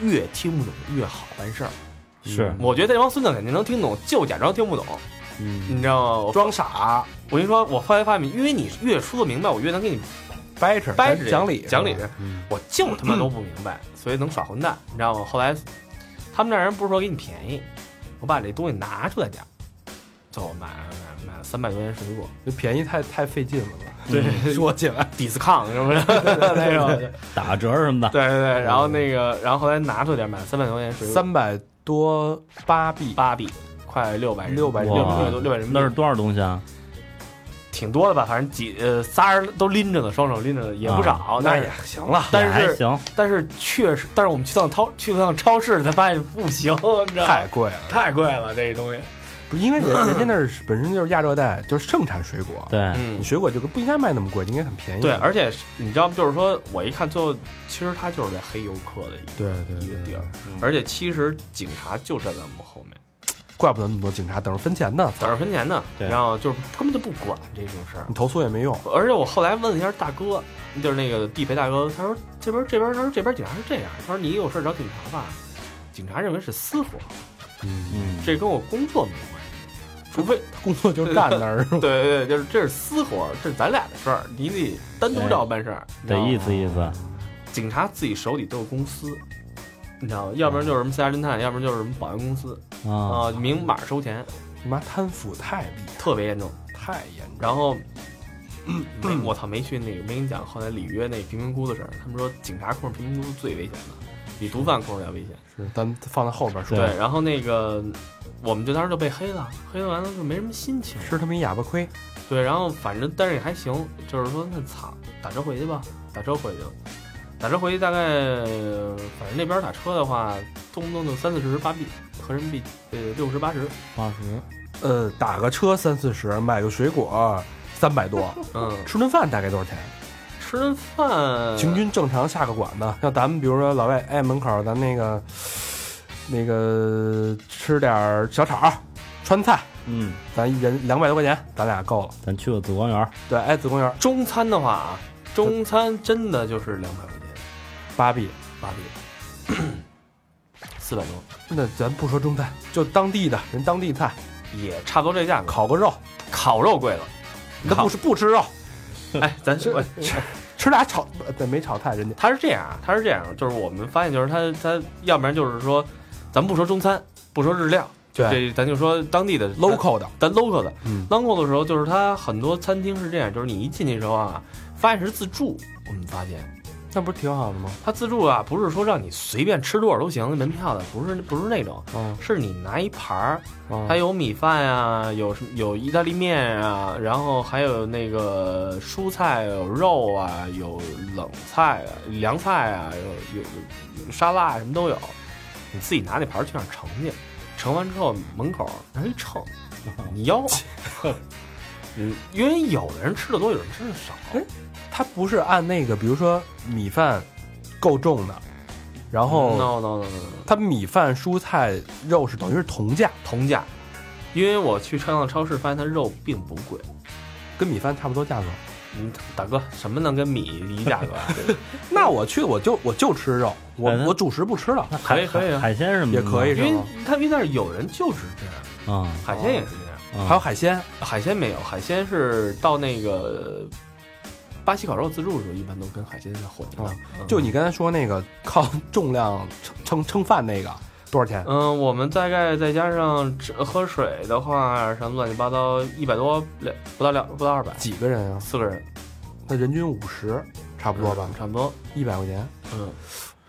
S3: 越听不懂越好办事儿。
S4: 是，
S3: 我觉得这帮孙子肯定能听懂，就假装听不懂，
S4: 嗯，
S3: 你知道吗？我
S2: 装傻，
S3: 我跟你说，我后来发现，因为你越说的明白，我越能给你
S2: 掰扯，
S3: 掰
S2: 咱
S3: 扯
S2: 讲理，
S3: 讲理
S2: 是吧。
S4: 嗯
S3: 我就他妈都不明白，所以能耍混蛋，你知道吗？后来他们那人不是说给你便宜，我把这东西拿出来点儿，最后买了买买了三百多元水果，
S2: 这便宜太太费劲了吧？
S3: 对
S2: 说起来，
S3: ，discount 什么的那种，
S4: 打折什么 的，
S3: 对对对，然后那个，然后后来拿出来点儿，买了三百多元水 果，
S2: 三百多八币，
S3: 八币，快六百
S2: 600
S3: 六
S4: 哇
S3: 百多六百人民币，
S4: 那是多少东西啊？
S3: 挺多的吧？反正几呃仨人都拎着呢，双手拎着呢，哦也不
S4: 啊
S3: 少，但是
S2: 行了。
S3: 但
S4: 也还
S3: 是
S4: 行，
S3: 但是确实，但是我们去趟超去趟超市才发现不行，你知道吗
S2: 太？贵了，
S3: 太贵了，这东西。
S2: 不是因为人人家那儿是本身就是亚热带，就是盛产水果，
S4: 对，
S3: 嗯
S2: 你，水果就不应该卖那么贵，应该很便宜。
S4: 嗯
S3: 对，而且是你知道吗？就是说我一看最后，其实他就是在哎黑游客的一个
S2: 对对
S3: 一个
S2: 对
S3: 地
S2: 对
S3: 儿，，而且其实警察就站在我们后面，
S2: 怪不得那么多警察等着分钱呢，
S3: 等着分钱呢，
S4: 对
S3: 然后就是根本就不管这种事儿
S2: 你。投诉也没用。
S3: 而且我后来问了一下大哥，就是那个地陪大哥，他说这边这边他说这边警察是这样，他说你有事儿找警察吧，警察认为是私活，
S2: 嗯，
S4: 嗯，
S3: 这跟我工作没有关系，除 非
S2: 工作就干那儿，
S3: 对对对，就是这是私活，这是咱俩的事儿，你得单独找我办事儿，你知
S4: 得
S3: 道吗
S4: 意思意思，
S3: 警察自己手里都有公司，你知道吗？要不然就是什么私家侦探，要不然就是什么保安公司
S4: 啊
S3: 啊、明码收钱，
S2: 你妈贪腐太厉害，
S3: 特别严重。
S2: 太严重。
S3: 然 后，没我操，没去那个，没跟你讲后来里约那贫民窟的事儿。他们说警察控制贫民窟是最危险的，比毒贩控制要危险。
S2: 是，咱们放在后边说
S4: 对。
S3: 然后那个。我们就当时就被黑了，黑完了就没什么心情。
S2: 吃他妈一哑巴亏，
S3: 对，然后反正但是也还行，就是说那操，打车回去吧，打车回去，打车回去大概呃反正那边打车的话，动不动就三四十八币，合人民币呃六十八十，
S4: 八十，
S2: 呃，打个车三四十，买个水果三百多，
S3: 嗯，
S2: 吃顿饭大概多少钱？
S3: 吃顿 饭
S2: 平均正常下个馆子，像咱们比如说老外哎门口咱那个那个吃点儿小炒儿川菜，
S4: 嗯，
S2: 咱一人两百多块钱，咱俩够了。
S4: 咱去个紫光园儿，
S2: 对，哎，子公园
S3: 中餐的话啊，中餐真的就是两百块钱
S2: 八币，
S3: 八币，四百多
S2: 那咱不说中菜，就当地的人当地菜，
S3: 也差不多这价格，
S2: 烤个肉，
S3: 烤肉贵了，
S2: 他不
S3: 烤
S2: 吃不吃肉，
S3: 哎，咱说。
S2: 吃俩炒，呃对，没炒菜，人家
S3: 他是这样啊，他是这样，就是我们发现，就是他他要不然就是说，咱不说中餐，不说日料，就
S2: 对
S3: 这咱就说当地的
S2: local 的，
S3: 咱 local 的
S2: 嗯
S3: local 的时候，就是他很多餐厅是这样，就是你一进去的时候啊，发现是自助，我们发现
S2: 那不是挺好的吗？
S3: 他自助啊，不是说让你随便吃多少都行，门票的不是不是那种。
S2: 嗯，
S3: 是你拿一盘儿，
S2: 嗯
S3: 它有米饭啊，有什么有意大利面啊，然后还有那个蔬菜、有肉啊，有冷菜、啊、凉菜啊，有有有沙拉啊什么都有。你自己拿那盘儿去那儿盛去，盛完之后门口拿一秤，你要。嗯，因为有的人吃的多，有人吃的少。
S2: 哎它不是按那个，比如说米饭够重的，然后
S3: no no no no，, no
S2: 它米饭、蔬菜、肉是等于是同价，
S3: 同价，因为我去上趟超市发现它肉并不贵。
S2: 跟米饭差不多价格。
S3: 你大哥，什么能跟米一价格啊？
S2: 那我去我就我就吃肉，我
S4: 哎那
S2: 我主食不吃了。
S3: 可以可以啊，
S4: 海鲜什么
S2: 也
S4: 的
S2: 可以
S3: 因为他们那儿有人就是这样，
S4: 啊，
S3: 海鲜也是这样。
S4: 啊
S2: 还有海鲜，
S3: 海鲜没有，海鲜是到那个巴西烤肉自助的时候，一般都跟海鲜是混的。嗯
S2: 就你刚才说那个靠重量撑撑撑饭那个多少钱？
S3: 嗯，我们大概再加上吃喝水的话，什么乱七八糟，一百多两不到两不到二百，
S2: 几个人啊？
S3: 四个人
S2: 那人均五十，差不多吧
S3: 嗯，差不多。
S2: 一百块钱。
S3: 嗯，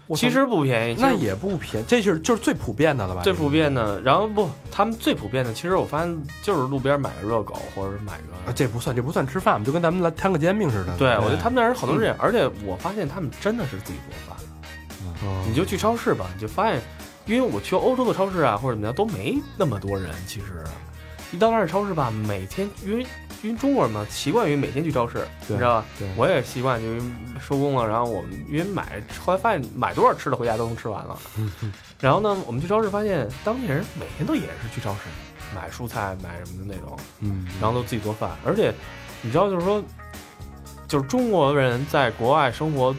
S2: 我操
S3: 其实不便宜，
S2: 那
S3: 其实
S2: 也不便宜，这就是就是最普遍的了吧？
S3: 最普遍的。然后不，他们最普遍的，其实我发现就是路边买个热狗，或者是买
S2: 啊，
S3: 个。
S2: 这不算，这不算吃饭，就跟咱们来摊个煎饼似的。
S3: 对，我觉得他们那人好多是这样，而且我发现他们真的是自己做饭。
S2: 嗯，
S3: 你就去超市吧，你就发现，因为我去欧洲的超市啊，或者怎么样，都没那么多人。其实，一到那儿超市吧，每天因为因为中国人嘛，习惯于每天去超市，你
S2: 对
S3: 知道吧
S2: 对？
S3: 我也习惯，就是收工了，然后我们因为买，后来发现买多少吃的回家都能吃完 了。然后呢，我们去超市发现，当地人每天都也是去超市买蔬菜、买什么的那种，
S2: 嗯，
S3: 然后都自己做饭。而且你知道，就是说，就是中国人在国外生活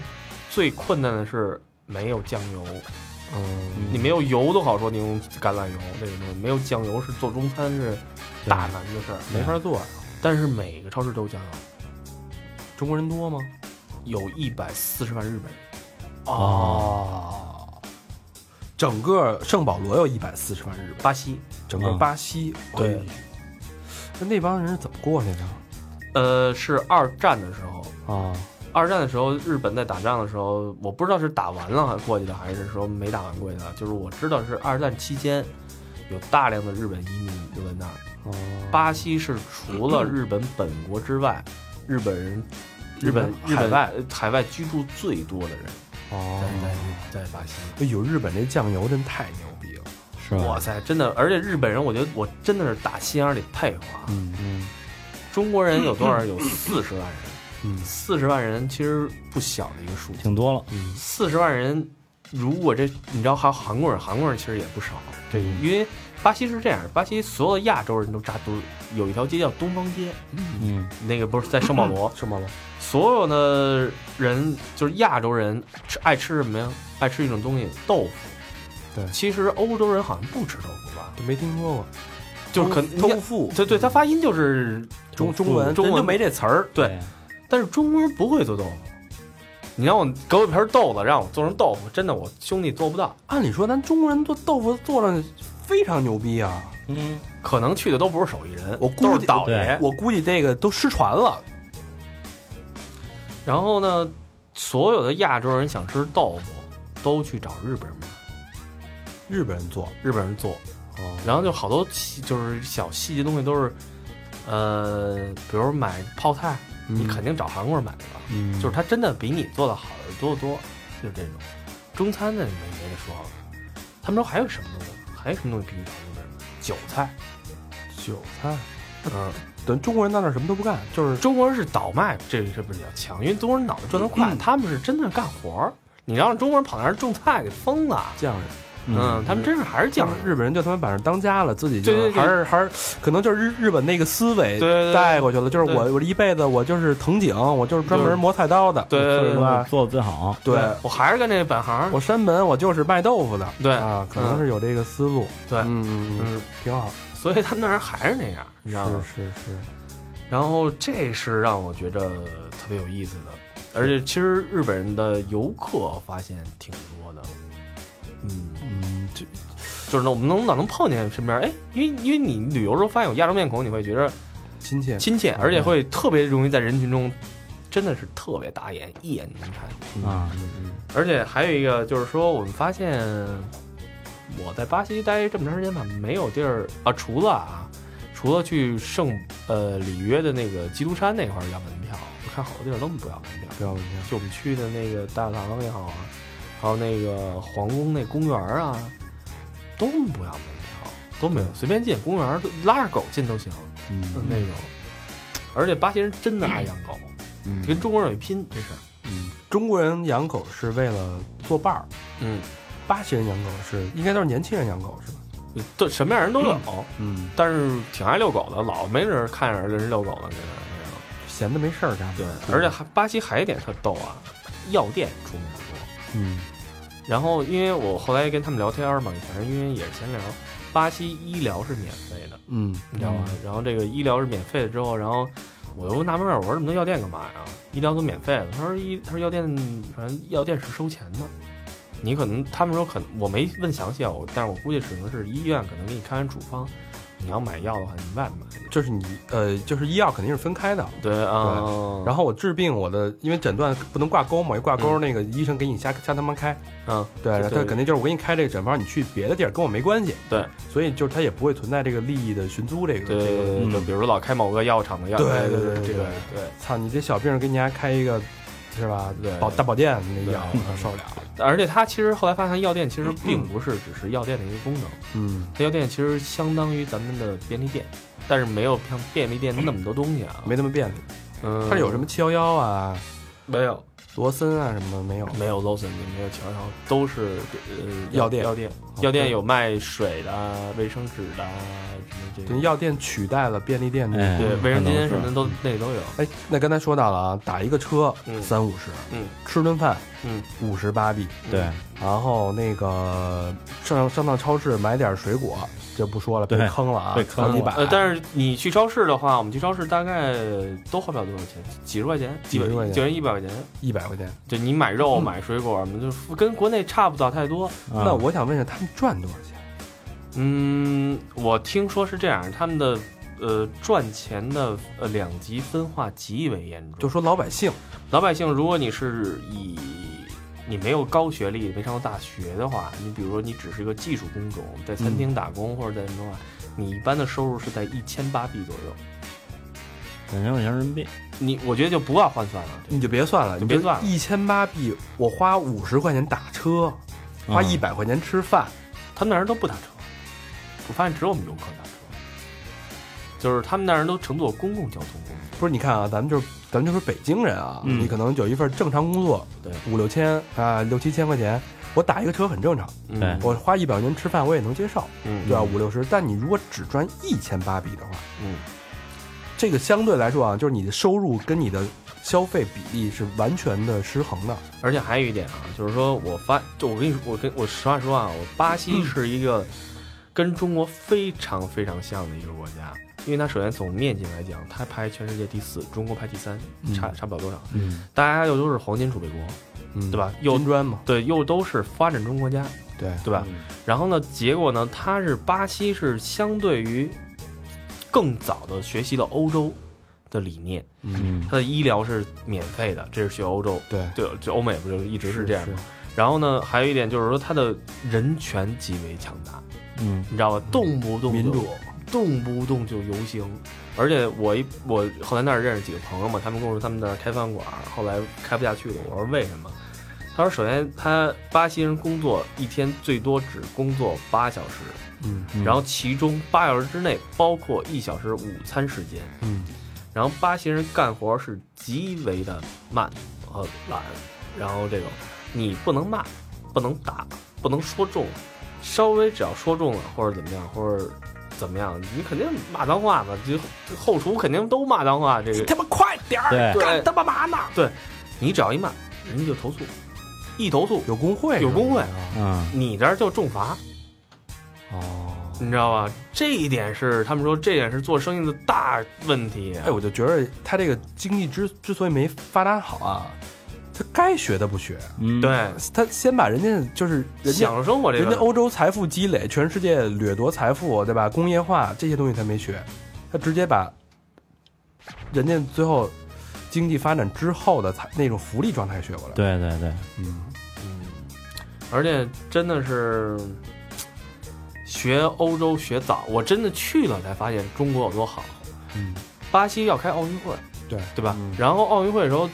S3: 最困难的是没有酱油。
S2: 嗯，
S3: 你没有油都好说，你用橄榄油这个东西，没有酱油是做中餐是大难的事儿，嗯
S4: 对
S3: 没法做。啊但是每个超市都有酱
S2: 中国人多吗？
S3: 油，有一百四十万日本人，
S2: 哦，
S3: 嗯
S2: 整个圣保罗有一百四十万日本，
S3: 巴西，
S2: 整个
S4: 啊
S2: 巴西，
S3: 嗯对
S2: 哎呦，那那帮人是怎么过去的？
S3: 呃，是二战的时候，
S2: 啊，
S3: 二战的时候日本在打仗的时候，我不知道是打完了过去的，还是说没打完过去的，就是我知道是二战期间。有大量的日本移民留在那儿。
S2: 哦，
S3: 巴西是除了日本本国之外， 日本人、日本、
S2: 日本
S3: 日
S2: 海
S3: 本外海外居住最多的人。
S2: 哦，
S3: 在在巴西。
S2: 哎呦，日本这酱油真太牛逼了，
S4: 是
S3: 哇
S4: 吧？
S3: 塞，真的，而且日本人，我觉得我真的是打心眼里佩服啊！
S4: 嗯
S2: 嗯
S3: 中国人有多少人？有四十万人，
S2: 嗯
S3: 四十万人其实不小的一个数字。
S4: 挺多了，
S2: 嗯，
S3: 四十万人，如果这你知道，还有韩国人，韩国人其实也不少。
S2: 对，
S3: 因为巴西是这样，巴西所有的亚洲人都扎堆儿，有一条街叫东方街，
S4: 嗯
S3: 那个不是在圣保罗，
S2: 圣保罗，
S3: 所有的人就是亚洲人吃爱吃什么呀？爱吃一种东西，豆腐。
S2: 对
S3: 其实欧洲人好像不吃豆腐吧？
S2: 都没听说过，
S3: 就是可能
S2: 偷富，
S3: 对对，他发音就是
S2: 中中文
S3: 中
S2: 人
S3: 文
S2: 就没这词儿，
S3: 对，但是中国人不会做豆腐。你让我给我一盆豆子，让我做成豆腐，真的我兄弟做不到。
S2: 按理说咱中国人做豆腐做的非常牛逼啊，
S4: 嗯，
S3: 可能去的都不是手艺人，
S2: 我估计
S3: 都是倒
S4: 对
S3: 爷。
S2: 我估计这个都失传了，
S3: 然后呢，所有的亚洲人想吃豆腐，都去找日本人买，
S2: 日本人做，
S3: 日本人做。
S2: 哦，
S3: 然后就好多细，就是小细节东西都是，呃，比如买泡菜，
S2: 嗯
S3: 你肯定找韩国人买的吧？
S4: 嗯
S3: 就是他真的比你做的好的多得多，就是这种。中餐的没没得说了，他们说还有什么东西，还有什么东西必须找日本人？韭菜，
S2: 韭菜，
S3: 嗯，
S2: 呃等于中国人到那儿什么都不干，就是
S3: 中国人是倒卖，这这不是比较强？因为中国人脑子转得快，他们是真的干活儿。你让中国人跑那儿种菜，给疯了。
S2: 匠人。
S3: 嗯，他们真是还是
S2: 像
S3: 匠人。
S2: 日本人就他妈把这当家了，自己就
S3: 对对对
S2: 还是还是可能就是日日本那个思维
S3: 对对对
S2: 带过去了，就是
S3: 对
S2: 我我这一辈子我就是藤井，我就是专门磨菜刀的，
S3: 对对对
S2: 是吧？
S4: 做的最好，
S2: 对，
S3: 我还是干这本行。
S2: 我山本我就是卖豆腐的，
S3: 对
S2: 啊，可能是有这个思路，
S3: 对
S2: 嗯嗯嗯，
S3: 嗯，
S2: 挺好，
S3: 所以他们那人还是那样，你知道吗？
S2: 是是是，
S3: 然后这是让我觉着特别有意思的，而且其实日本人的游客发现挺多的，嗯，
S2: 嗯，这
S3: 就是呢，我们能老能碰见身边，哎，因为因为你旅游时候发现有亚洲面孔，你会觉着
S2: 亲切，
S3: 亲切，而且会特别容易在人群中，真的是特别打眼，一眼就能看见。
S4: 啊，
S3: 而且还有一个就是说，我们发现我在巴西待这么长时间吧，没有地儿啊，除了啊，除了去圣呃里约的那个基督山那块儿要门票，我看好多地儿都不要门票。
S2: 不要问题，
S3: 就我们去的那个大堂也好啊，还有那个皇宫那公园儿啊，都不要门票，都没有，随便进公园儿拉着狗进都行，
S4: 嗯
S3: 那种。而且巴西人真的爱养狗，跟中国人有一拼，这是。
S4: 嗯，
S2: 中国人养狗是为了作伴儿，
S3: 嗯，
S2: 巴西人养狗是应该都是年轻人养狗是吧？
S3: 对，什么样人都有，
S2: 嗯，
S3: 但是挺爱遛狗的，老没人看着人遛狗呢，这个这个
S2: 闲的没事儿干。
S3: 对，而且还巴西还有一点特逗啊，药店出名多。
S2: 嗯
S3: 然后因为我后来跟他们聊天嘛，反正因为也是闲聊，巴西医疗是免费的，
S2: 嗯
S3: 你知道吧？然后这个医疗是免费的之后，然后我又纳闷儿，我说这么多药店干嘛呀？医疗都免费的。他说医，他说药店，反正药店是收钱的。你可能他们说可能我没问详细啊，我但是我估计只能是医院可能给你开完处方，你要买药的话你外面买。
S2: 就是你呃，就是医药肯定是分开的。
S3: 对啊，
S2: 然后我治病，我的因为诊断不能挂钩嘛，一挂钩那个医生给你瞎瞎他妈开，
S3: 嗯，
S2: 嗯对，然后他肯定就是我给你开这个诊方，你去别的地儿跟我没关系，
S3: 对，
S2: 所以就是他也不会存在这个利益的寻租这个
S3: 对
S2: 这个。
S3: 对，就比如说老开某个药厂的药，这个对。
S2: 操你这小病给你还开一个，是吧？
S3: 对
S2: 保大保健那
S3: 对
S2: 药我受不了。
S3: 而且它其实后来发现，药店其实并不是只是药店的一个功能，
S2: 嗯，
S3: 它药店其实相当于咱们的便利店，但是没有像便利店那么多东西啊。
S2: 没那么便利。
S3: 嗯，
S2: 它有什么七幺幺啊、
S3: 没有？
S2: 罗森啊什么的没有？
S3: 没有 l o s o n 也没有乔乔，都是呃
S2: 药店
S3: 药店
S2: 哦
S3: 药店
S2: 对
S3: 有卖水的啊、卫生纸的啊什么这
S2: 等于
S3: 个，
S2: 药店取代了便利店的。
S4: 哎
S3: 对卫生巾什么
S4: 可能
S3: 的
S4: 是
S3: 都那里都有。
S2: 哎，那刚才说到了啊，打一个车
S3: 嗯
S2: 三五十，
S3: 嗯，
S2: 吃顿饭
S3: 嗯
S2: 五十八币，
S4: 对，
S2: 然后那个上上趟超市买点水果，就不说了，被
S4: 对
S2: 坑了啊，
S4: 被坑
S2: 好几
S4: 了
S2: 百，
S3: 呃，但是你去超市的话，我们去超市大概都花不了多少钱，几十块钱，
S2: 几十块钱嗯
S3: 几人一百块钱。
S2: 一百块钱。
S3: 就你买肉、买水果，我们就是跟国内差不了太多。
S4: 啊
S2: 那我想问一下，他们赚多少钱？
S3: 嗯，我听说是这样，他们的呃赚钱的呃两极分化极为严重。
S2: 就说老百姓，
S3: 老百姓，如果你是以你没有高学历、没上过大学的话，你比如说你只是一个技术工种，在餐
S2: 嗯
S3: 厅打工或者在什么的话，你一般的收入是在一千八币左右。
S4: 两千块钱人民币，
S3: 你我觉得就不要换算了，
S2: 你就别算了，
S3: 就别算了
S2: 一千八币，我花五十块钱打车，
S3: 啊
S2: 花
S4: 嗯
S2: 一百块钱吃饭，
S3: 他们那人都不打车，我发现只有我们游客打车，就是他们那人都乘坐公共交通工具。
S2: 不是？你看啊，咱们就是咱们就是北京人啊，
S4: 嗯
S2: 你可能有一份正常工作，
S3: 对
S2: 五六千啊，六七千块钱，我打一个车很正常，
S4: 对
S2: 我花一百块钱吃饭我也能接受，
S3: 嗯
S2: 嗯对啊吧、五六十，但你如果只赚一千八币的话，
S3: 嗯，
S2: 这个相对来说啊，就是你的收入跟你的消费比例是完全的失衡的。
S3: 而且还有一点啊，就是说我发，就我跟你说，我跟我实话实话啊，我巴西是一个跟中国非常非常像的一个国家，因为它首先从面积来讲，它排全世界第四，中国排第三，差差不了多少。
S2: 嗯，
S3: 大家又都是黄金储备国，
S2: 嗯
S3: 对吧？又
S2: 金砖嘛，
S3: 对，又都是发展中国家，
S2: 对，
S3: 对吧？然后呢，结果呢，它是巴西是相对于更早的学习了欧洲的理念，
S4: 嗯，
S3: 它的医疗是免费的，这是学欧洲，
S2: 对，
S3: 对，这欧美不就一直是这样吗？
S2: 是
S3: 然后呢，还有一点就是说，它的人权极为强大，
S4: 嗯，
S3: 你知道吧？动不动就
S2: 民主，
S3: 动不动就游行，而且我一我后来那儿认识几个朋友嘛，他们跟我说他们那儿开饭馆，后来开不下去了。我说为什么？他说首先他巴西人工作一天最多只工作八小时，
S2: 嗯
S4: 嗯
S3: 然后其中八小时之内包括一小时午餐时间，
S2: 嗯，
S3: 然后巴西人干活是极为的慢和懒，然后这个你不能骂，不能打，不能说中，稍微只要说中了或者怎么样或者怎么样，你肯定骂脏话嘛，就后厨肯定都骂脏 话，这个
S2: 他妈快点儿，
S4: 嗯对
S2: 干他妈嘛呢？
S3: 你只要一骂，人家就投诉，一投诉
S2: 有工会，
S3: 有工会
S2: 啊，
S4: 啊，
S3: 你这儿就重罚，
S2: 哦，
S3: 你知道吧？这一点是他们说这点是做生意的大问题啊。
S2: 哎，我就觉得他这个经济之之所以没发展好啊，他该学的不学，
S4: 嗯，
S3: 对，
S2: 他先把人家就是人家
S3: 享受生活这个
S2: 人家欧洲财富积累，全世界掠夺财富，对吧？工业化这些东西他没学，他直接把人家最后经济发展之后的财那种福利状态学过来。，
S4: 对对对，
S2: 嗯，
S3: 嗯，而且真的是学欧洲学早，我真的去了才发现中国有多好。
S2: 嗯，
S3: 巴西要开奥运会，
S2: 对
S3: 对吧？
S2: 嗯
S3: 然后奥运会的时候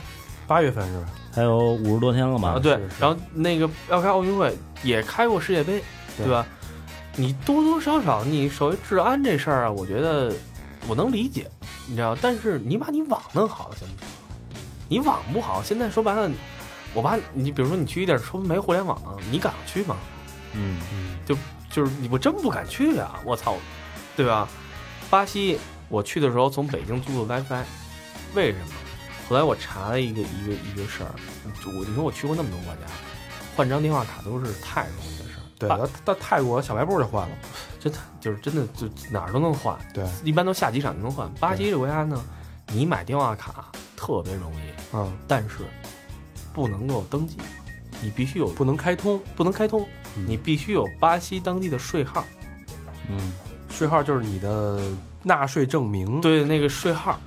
S2: 八月份是吧？
S4: 还有五十多天了
S3: 啊，
S4: 吧？
S3: 对
S2: 是是，
S3: 然后那个要开奥运会，也开过世界杯，
S2: 对
S3: 对吧？你多多少少，你首先治安这事儿啊，我觉得我能理解，你知道，但是你把你网弄好行不行？你网不好，现在说白了，我把你比如说你去一地儿说没互联网，你敢去吗？
S4: 嗯，
S3: 就是你我真不敢去啊！我操，对吧？巴西我去的时候从北京租的 WiFi，为什么？后来我查了一个一个一个事儿，就我你说我去过那么多国家，换张电话卡都是太容易的事儿，
S2: 对，
S3: 巴
S2: 到到泰国小卖部就换了，
S3: 真的就是真的就哪儿都能换，
S2: 对，
S3: 一般都下几场就能换。巴西这国家呢，你买电话卡特别容易，
S2: 嗯，
S3: 但是不能够登记，你必须有
S2: 不能开通，
S3: 不能开通，
S2: 嗯
S3: 你必须有巴西当地的税号。
S4: 嗯，
S2: 税号就是你的纳税证明，，
S3: 对，那个税号，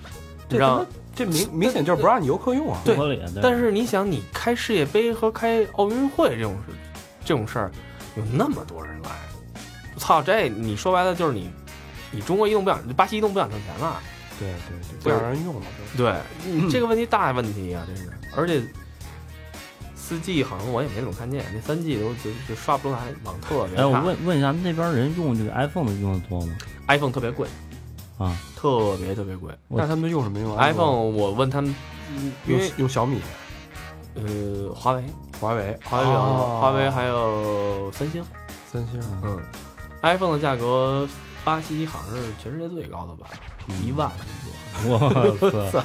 S2: 这
S3: 让
S2: 他妈
S3: 嗯
S2: 这明明显就是不让你游客用啊，
S3: 对
S4: 不合理啊。
S3: 但
S4: 是
S3: 是你想，你开世界杯和开奥运会这种事，这种事儿，有那么多人来，我操，这你说白了就是你，你中国移动不想，巴西移动不想挣钱了。
S2: 对对对，不让人用了，就是
S3: 对，
S1: 嗯
S3: 这个问题大问题啊，这是，而且。四 G 好像我也没怎么看见，那三 G 都就就刷不出来，网特别
S4: 哎，我
S3: 差
S4: 问问一下，那边人用这个 iPhone 的用的多吗？
S3: ，iPhone 特别贵
S4: 啊，
S3: 特别特别贵。
S4: 我
S2: 那他们都用什么用
S3: iPhone 我问他们，嗯因
S2: 用
S3: 为
S2: 用小米、啊
S3: 呃，华为、
S2: 华为、
S3: 华为有、
S2: 哦
S3: 华为还有三星，
S2: 三星，
S3: 嗯，iPhone 的价格，巴西好像是全世界最高的吧，一万
S4: 我操，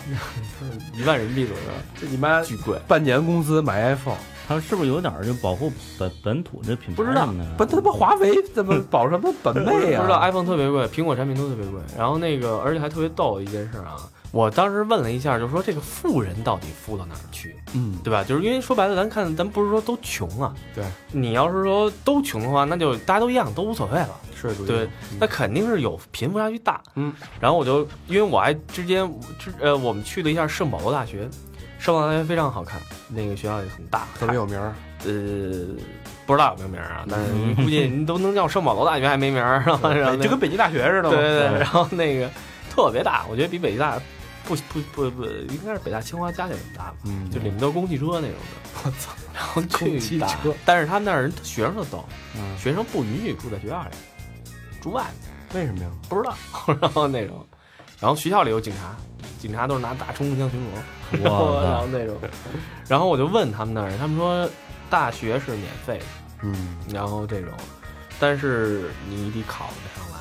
S3: 一万人民币左右，
S2: 这你妈
S3: 巨贵。
S2: 半年工资买 iPhone，
S4: 他们是不是有点儿就保护本本土这品牌
S3: 不知道
S4: 什么的
S2: 不他妈华为怎 么保什么本
S3: 不
S2: 位
S3: 知
S2: 啊？
S3: 道 iPhone 特别贵，苹果产品都特别贵。然后那个，而且还特别逗的一件事啊，我当时问了一下，就是说这个富人到底富到哪儿去，
S2: 嗯，
S3: 对吧？就是因为说白了，咱看咱不是说都穷啊，
S2: 对，
S3: 你要是说都穷的话，那就大家都一样，都无所谓了。
S2: 社会主义
S3: 对，那肯定是有贫富差距大。
S2: 嗯，
S3: 然后我就因为我还之间之呃，我们去了一下圣保罗大学，圣保罗大学非常好看，那个学校也很大，
S2: 特别有名儿，
S3: 呃，不知道有没有名儿啊，但是估计您都能叫圣保罗大学还没名儿，然后然后
S2: 嗯
S3: 那
S2: 就跟北京大学似的
S3: 对
S2: 嘛，嗯
S3: 对对，然后那个特别大，我觉得比北大不不不不应该是北大清华加起来大吧，
S2: 嗯，
S3: 就里面都是公汽车那种 的，我操，然后
S2: 公
S3: 去
S2: 汽
S3: 打
S2: 车，
S3: 但是他们那儿人学生都逗，
S2: 嗯
S3: 学生不允许住在学校里，住外面。
S2: 为什么呀？
S3: 不知道， 然后那种，然后学校里有警察，警察都是拿大冲锋枪巡逻，然
S2: 哦
S3: 后然后
S4: 我
S3: 那种，然后我就问他们那儿，他们说大学是免费的，
S2: 嗯，
S3: 然后这种，但是你得考得上来，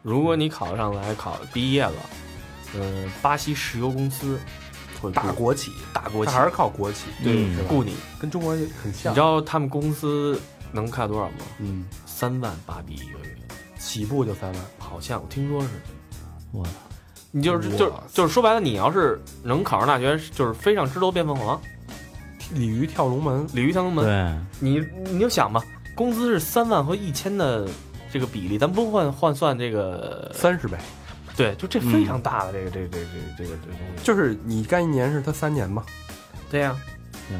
S3: 如果你考得上来，考毕业了，嗯、巴西石油公司会雇
S2: 大国企，
S3: 大国
S2: 它
S3: 企
S2: 还是靠国企，
S3: 对
S4: 嗯
S3: 雇你，
S2: 跟中国也很
S3: 你
S2: 像
S3: 知，道他们公司能开多少吗？
S2: 嗯，
S3: 三万巴币一个月，
S2: 起步就三万，
S3: 好像我听说是。
S4: 我操，
S3: 你就是就是
S2: 哇塞
S3: 就是说白了，你要是能考上大学，就是飞上枝头变凤凰，
S2: 鲤鱼跳龙门，
S3: 鲤鱼跳龙门。
S4: 对，
S3: 你你就想吧，工资是三万和一千的这个比例，咱不换换算这个，
S2: 三十倍，
S3: 对，就这非常大的这个、这个这个这个这个这个东西。
S2: 就是你干一年是他三年嘛，
S3: 这样，
S4: 对，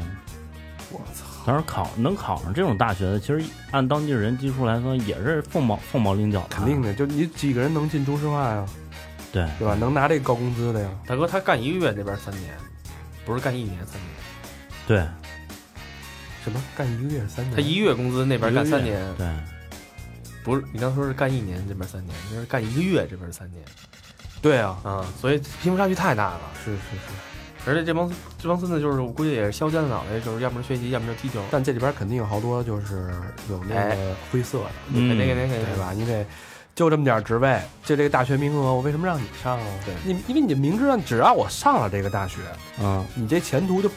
S2: 我操，
S4: 当时考能考上这种大学的，其实按当地人基数来说，也是凤毛凤毛麟角的，
S2: 肯定
S3: 啊
S2: 的，就你几个人能进中石化呀，
S4: 对，
S2: 对吧？能拿这高工资的呀，
S3: 大哥他干一个月那边三年，不是干一年三年，
S4: 对
S2: 什么干一个月是三年？
S3: 他一月工资那边干三年，
S4: 对，
S3: 不是你刚说是干一年这边三年，你是干一个月这边三年
S2: 对啊，
S3: 啊、所以贫富差距太大了。
S2: 是是是，
S3: 而且这帮这帮孙子就是我估计也是削尖了脑袋，就是要么是学习，要么就踢球。
S2: 但这里边肯定有好多就是有那个
S3: 哎
S2: 灰色的，
S3: 那
S4: 嗯
S3: 肯定肯定肯定
S2: 对吧？你得就这么点儿职位，就这个大学名额，我为什么让你上啊？
S3: 嗯对
S2: 你因为你明知道，只要我上了这个大学，
S4: 嗯，
S2: 你这前途就，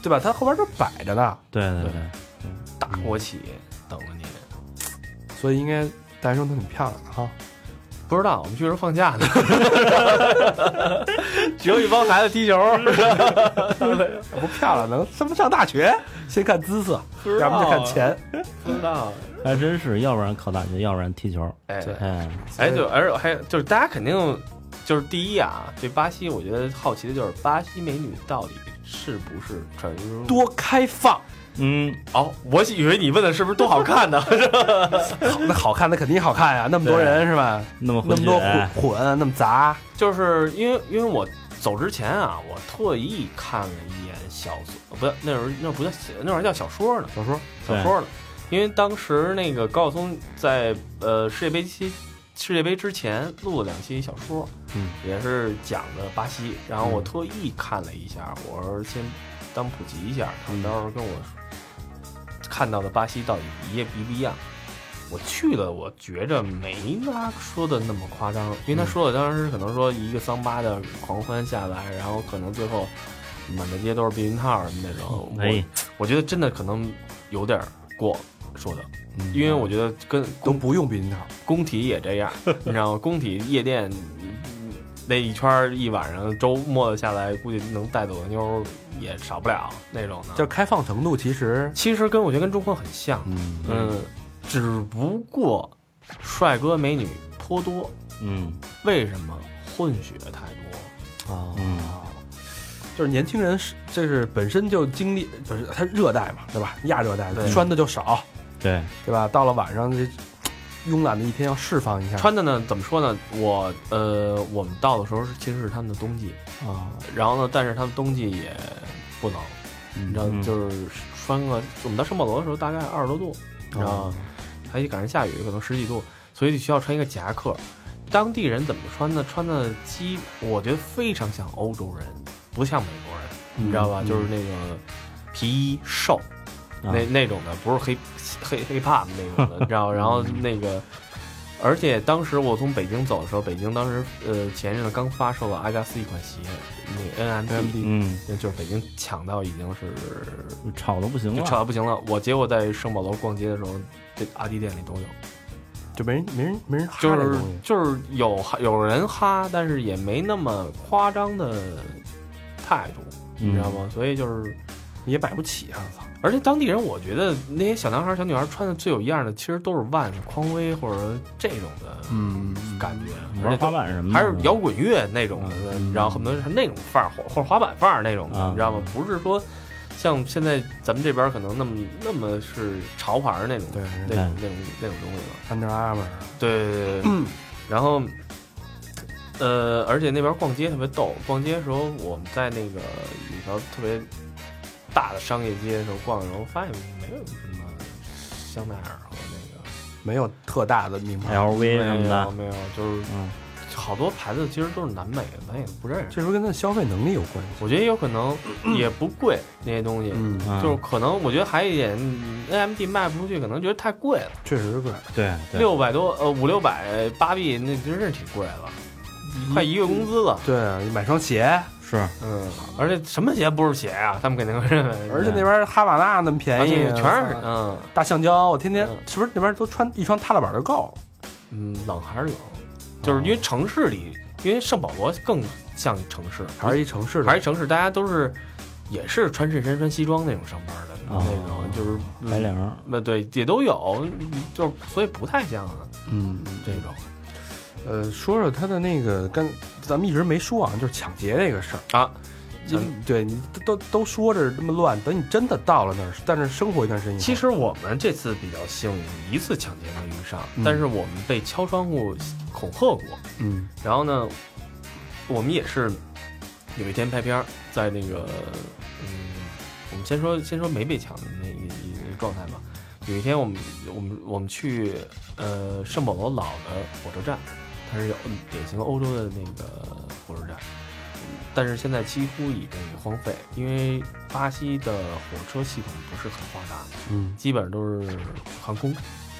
S2: 对吧？他后边就摆着呢，
S4: 对对
S3: 对
S4: 对，
S3: 大国企等着你。
S2: 所以应该大学生都挺漂亮的哈。
S3: 不知道，我们去时候放假 呢，只有一帮孩子踢球，
S2: 不漂亮能上不上大学？先看姿色，
S3: 不知道啊
S2: 要不就看钱。
S3: 不知道。
S4: 还真是，要不然考大学，要不然踢球，
S3: 哎
S2: 对
S4: 哎，
S3: 哎，对，而且还有就是大家肯定就是第一啊，对巴西，我觉得好奇的就是巴西美女到底是不是传说中
S2: 多开放，
S4: 嗯，
S3: 哦？我以为你问的是不是多好 看呢？
S2: 好那好看的肯定好看呀，那么多人是吧？
S4: 那么
S2: 那
S4: 混
S2: 么
S4: 血，
S2: 多混混，那么杂，
S3: 就是因为因为我走之前啊，我特意看了一眼小说，不，那时候那不叫小那会儿还叫小说呢，
S2: 小说
S3: 小说呢。因为当时那个高晓松在呃世界杯期世界杯之前录了两期小说，
S2: 嗯，
S3: 也是讲的巴西。然后
S2: 嗯
S3: 我特意看了一下，我说先当普及一下，他们到时候跟我看到的巴西到底一不一样。我去了，我觉着没他说的那么夸张，因为他说的当时可能说一个桑巴的狂欢下来，然后可能最后满大街都是避孕套什么那种。我
S4: 哎，
S3: 我觉得真的可能有点儿过说的，因为我觉得跟
S2: 嗯都不用避孕套，
S3: 工体也这样，你知道吗？工体夜店嗯那一圈儿一晚上，周末下来估计能带走的妞儿也少不了那种
S2: 就
S3: 的。
S2: 开放程度其实，
S3: 其实跟我觉得跟中国很像，
S2: 嗯
S3: 嗯，只不过帅哥美女颇多，
S4: 嗯
S3: 为什么混血太多？
S2: 啊
S4: 嗯
S2: 就是年轻人是这是本身就经历，就是他热带嘛，对吧？亚热带
S3: 对
S2: 穿的就少，
S4: 对，
S2: 对吧？到了晚上这慵懒的一天要释放一下，
S3: 穿的呢？怎么说呢？我呃，我们到的时候是其实是他们的冬季，
S2: 啊，
S3: 然后呢，但是他们冬季也不冷，你知道，
S4: 嗯
S3: 就是穿个我们到圣保罗的时候大概二十多度，
S2: 啊
S3: 你知道，还赶上下雨，可能十几度，所以需要穿一个夹克。当地人怎么穿呢？穿的基，我觉得非常像欧洲人，不像美国人，你知道吧？就是那个皮衣瘦，
S4: 啊
S3: 那那种的，不是黑黑黑怕的那种的，你知道？然后那个，而且当时我从北京走的时候，北京当时呃前阵子刚发售了阿加斯一款鞋，那 NMD，
S4: 嗯，
S3: 就是北京抢到已经是
S4: 吵的不行
S3: 就
S4: 了，
S3: 吵到不行了。我结果在圣保罗逛街的时候，这阿迪店里都有，
S2: 就没人没人没人哈
S3: 就
S2: 这
S3: 是
S2: 东西
S3: 就是有哈有人哈，但是也没那么夸张的态度，你知道吗？所以就是。
S2: 也买不起啊，操！
S3: 而且当地人，我觉得那些小男孩、小女孩穿的最有样的，其实都是万匡威或者这种的
S1: 嗯，
S3: 感觉，而
S4: 玩
S3: 且
S4: 嗯滑
S3: 都
S4: 板什么的，
S3: 还是摇滚乐那种的，
S1: 嗯
S3: 然后很多人是那种范儿，或或者滑板范儿那种的，
S4: 啊
S3: 你知道吗？不是说像现在咱们这边可能那么那么是潮牌儿那种
S2: 对，
S3: 那种那种那种东西了。
S2: Under Armour，
S3: 对对对对，对，然后，呃，而且那边逛街特别逗，逛街的时候我们在那个有一条特别大的商业街的时候逛的时候，发现没有什么香奈儿和那
S2: 没有特大的名牌，
S4: LV
S3: 个
S4: 什么
S3: 没有
S4: 的，
S3: 没有，就是
S4: 嗯
S3: 好多牌子其实都是南美的，咱也不认识。
S2: 这时候跟他的消费能力有关系。
S3: 我觉得也有可能也不贵那些东西，
S2: 嗯，
S4: 嗯
S3: 就是可能我觉得还有一点，AMD 嗯卖不出去，可能觉得太贵了。
S2: 确实贵。
S4: 对对，
S3: 六百多，呃，五六百八币，那真是挺贵了，快一个工资了。
S2: 对，你买双鞋，
S4: 是
S3: 嗯，而且什么鞋不是鞋啊？他们肯定会认为，
S2: 而且那边哈瓦那那么
S3: 而
S2: 便宜啊
S3: 且，全是
S2: 操
S3: 嗯
S2: 大橡胶，我天天
S3: 嗯
S2: 是不是那边都穿一双踏板就够了？
S3: 嗯，冷还是冷，就是因为城市里，因为圣保罗更像城市，
S2: 还是一城市的，
S3: 还是城市，大家都是也是穿衬衫、穿西装那种上班的
S4: 哦
S3: 那种，就是
S4: 白
S3: 嗯
S4: 领儿，
S3: 那对也都有，嗯就是所以不太像啊
S2: 嗯，
S3: 这种
S2: 呃，说说他的那个跟咱们一直没说啊，就是抢劫这个事儿。
S3: 啊。
S2: 因对你都都都说着这么乱，等你真的到了那儿，但是生活一段时间以后，
S3: 其实我们这次比较幸运，一次抢劫没遇上，
S2: 嗯
S3: 但是我们被敲窗户恐吓过，
S2: 嗯
S3: 然后呢，我们也是有一天拍片儿，在那个嗯，我们先说先说没被抢的那一一一状态吧。有一天我们我们我们去呃圣保罗老的火车站，它是有嗯典型欧洲的那个火车站，但是现在几乎已被荒废，因为巴西的火车系统不是很发达，
S2: 嗯
S3: 基本上都是航空、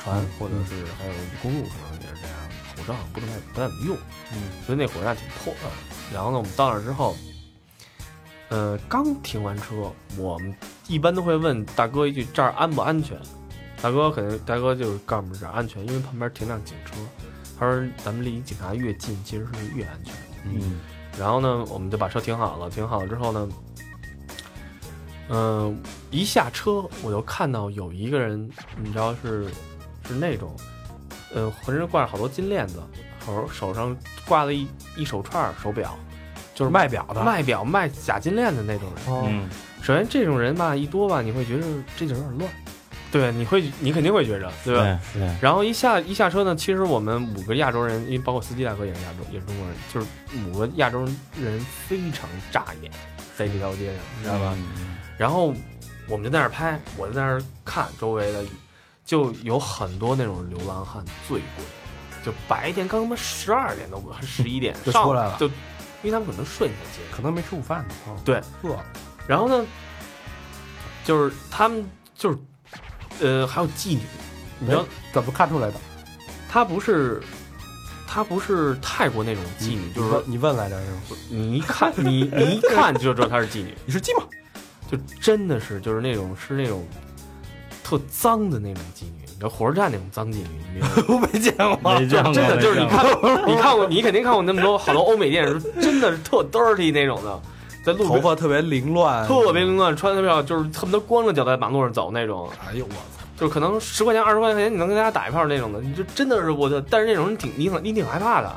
S3: 船
S2: 嗯，
S3: 或者是还有公路，可能也是这样。火车好像不太不太怎么用，
S2: 嗯，
S3: 所以那火车站挺破的。然后呢，我们到那儿之后，呃，刚停完车，我们一般都会问大哥一句：“这儿安不安全？”大哥肯定，大哥就是告诉我们这儿安全，因为旁边停辆警车。他说：“咱们离警察越近，其实是越安全。”
S4: 嗯
S3: 然后呢，我们就把车停好了。停好了之后呢，嗯、一下车我就看到有一个人，你知道是是那种，呃，浑身挂着好多金链子，手手上挂了一一手串儿手表，
S2: 就是卖表的，
S3: 卖表卖假金链的那种人。
S2: 哦，
S4: 嗯
S3: 首先这种人吧，一多吧，你会觉得这地儿有点乱，对，你会你肯定会觉着，对吧？
S4: 对对，
S3: 然后一下一下车呢，其实我们五个亚洲人，因为包括司机大哥也是亚洲，也是中国人，就是五个亚洲人非常扎眼，在这条街上，你知道吧？
S4: 嗯？
S3: 然后我们就在那儿拍，我就在那儿看周围的，就有很多那种流浪汉最贵，就白天刚他妈十二点都十一点
S2: 就
S3: 上
S2: 出来了
S3: 就因为他们可能睡在街上。
S2: 可能没吃午饭呢，哦
S3: 对，
S2: 饿了，
S3: 然后呢，就是他们就是呃还有妓女，你知道
S2: 哎怎么看出来的？
S3: 她不是她不是泰国那种妓女，就是说
S2: 你问来着是吗？
S3: 嗯你一看你你一看就知道她是妓女，
S2: 你是寂寞，
S3: 就真的是就是那种是那种特脏的那种妓女，你知道火车站那种脏妓女，你明白吗？
S2: 我没见过。
S4: 没见过，
S3: 真的就是你
S4: 没见
S3: 看你看过你肯定看过那么多好多欧美电影，真的是特 dirty 那种的，在路
S2: 头
S3: 边
S2: 发特别凌乱，
S3: 特别凌乱，穿的票就是恨不得光着脚在马路上走那种，
S2: 哎呦我操！
S3: 就是可能十块钱二十块钱你能跟大家打一炮那种的，你就真的是我的，但是那种人挺你挺你挺害怕的，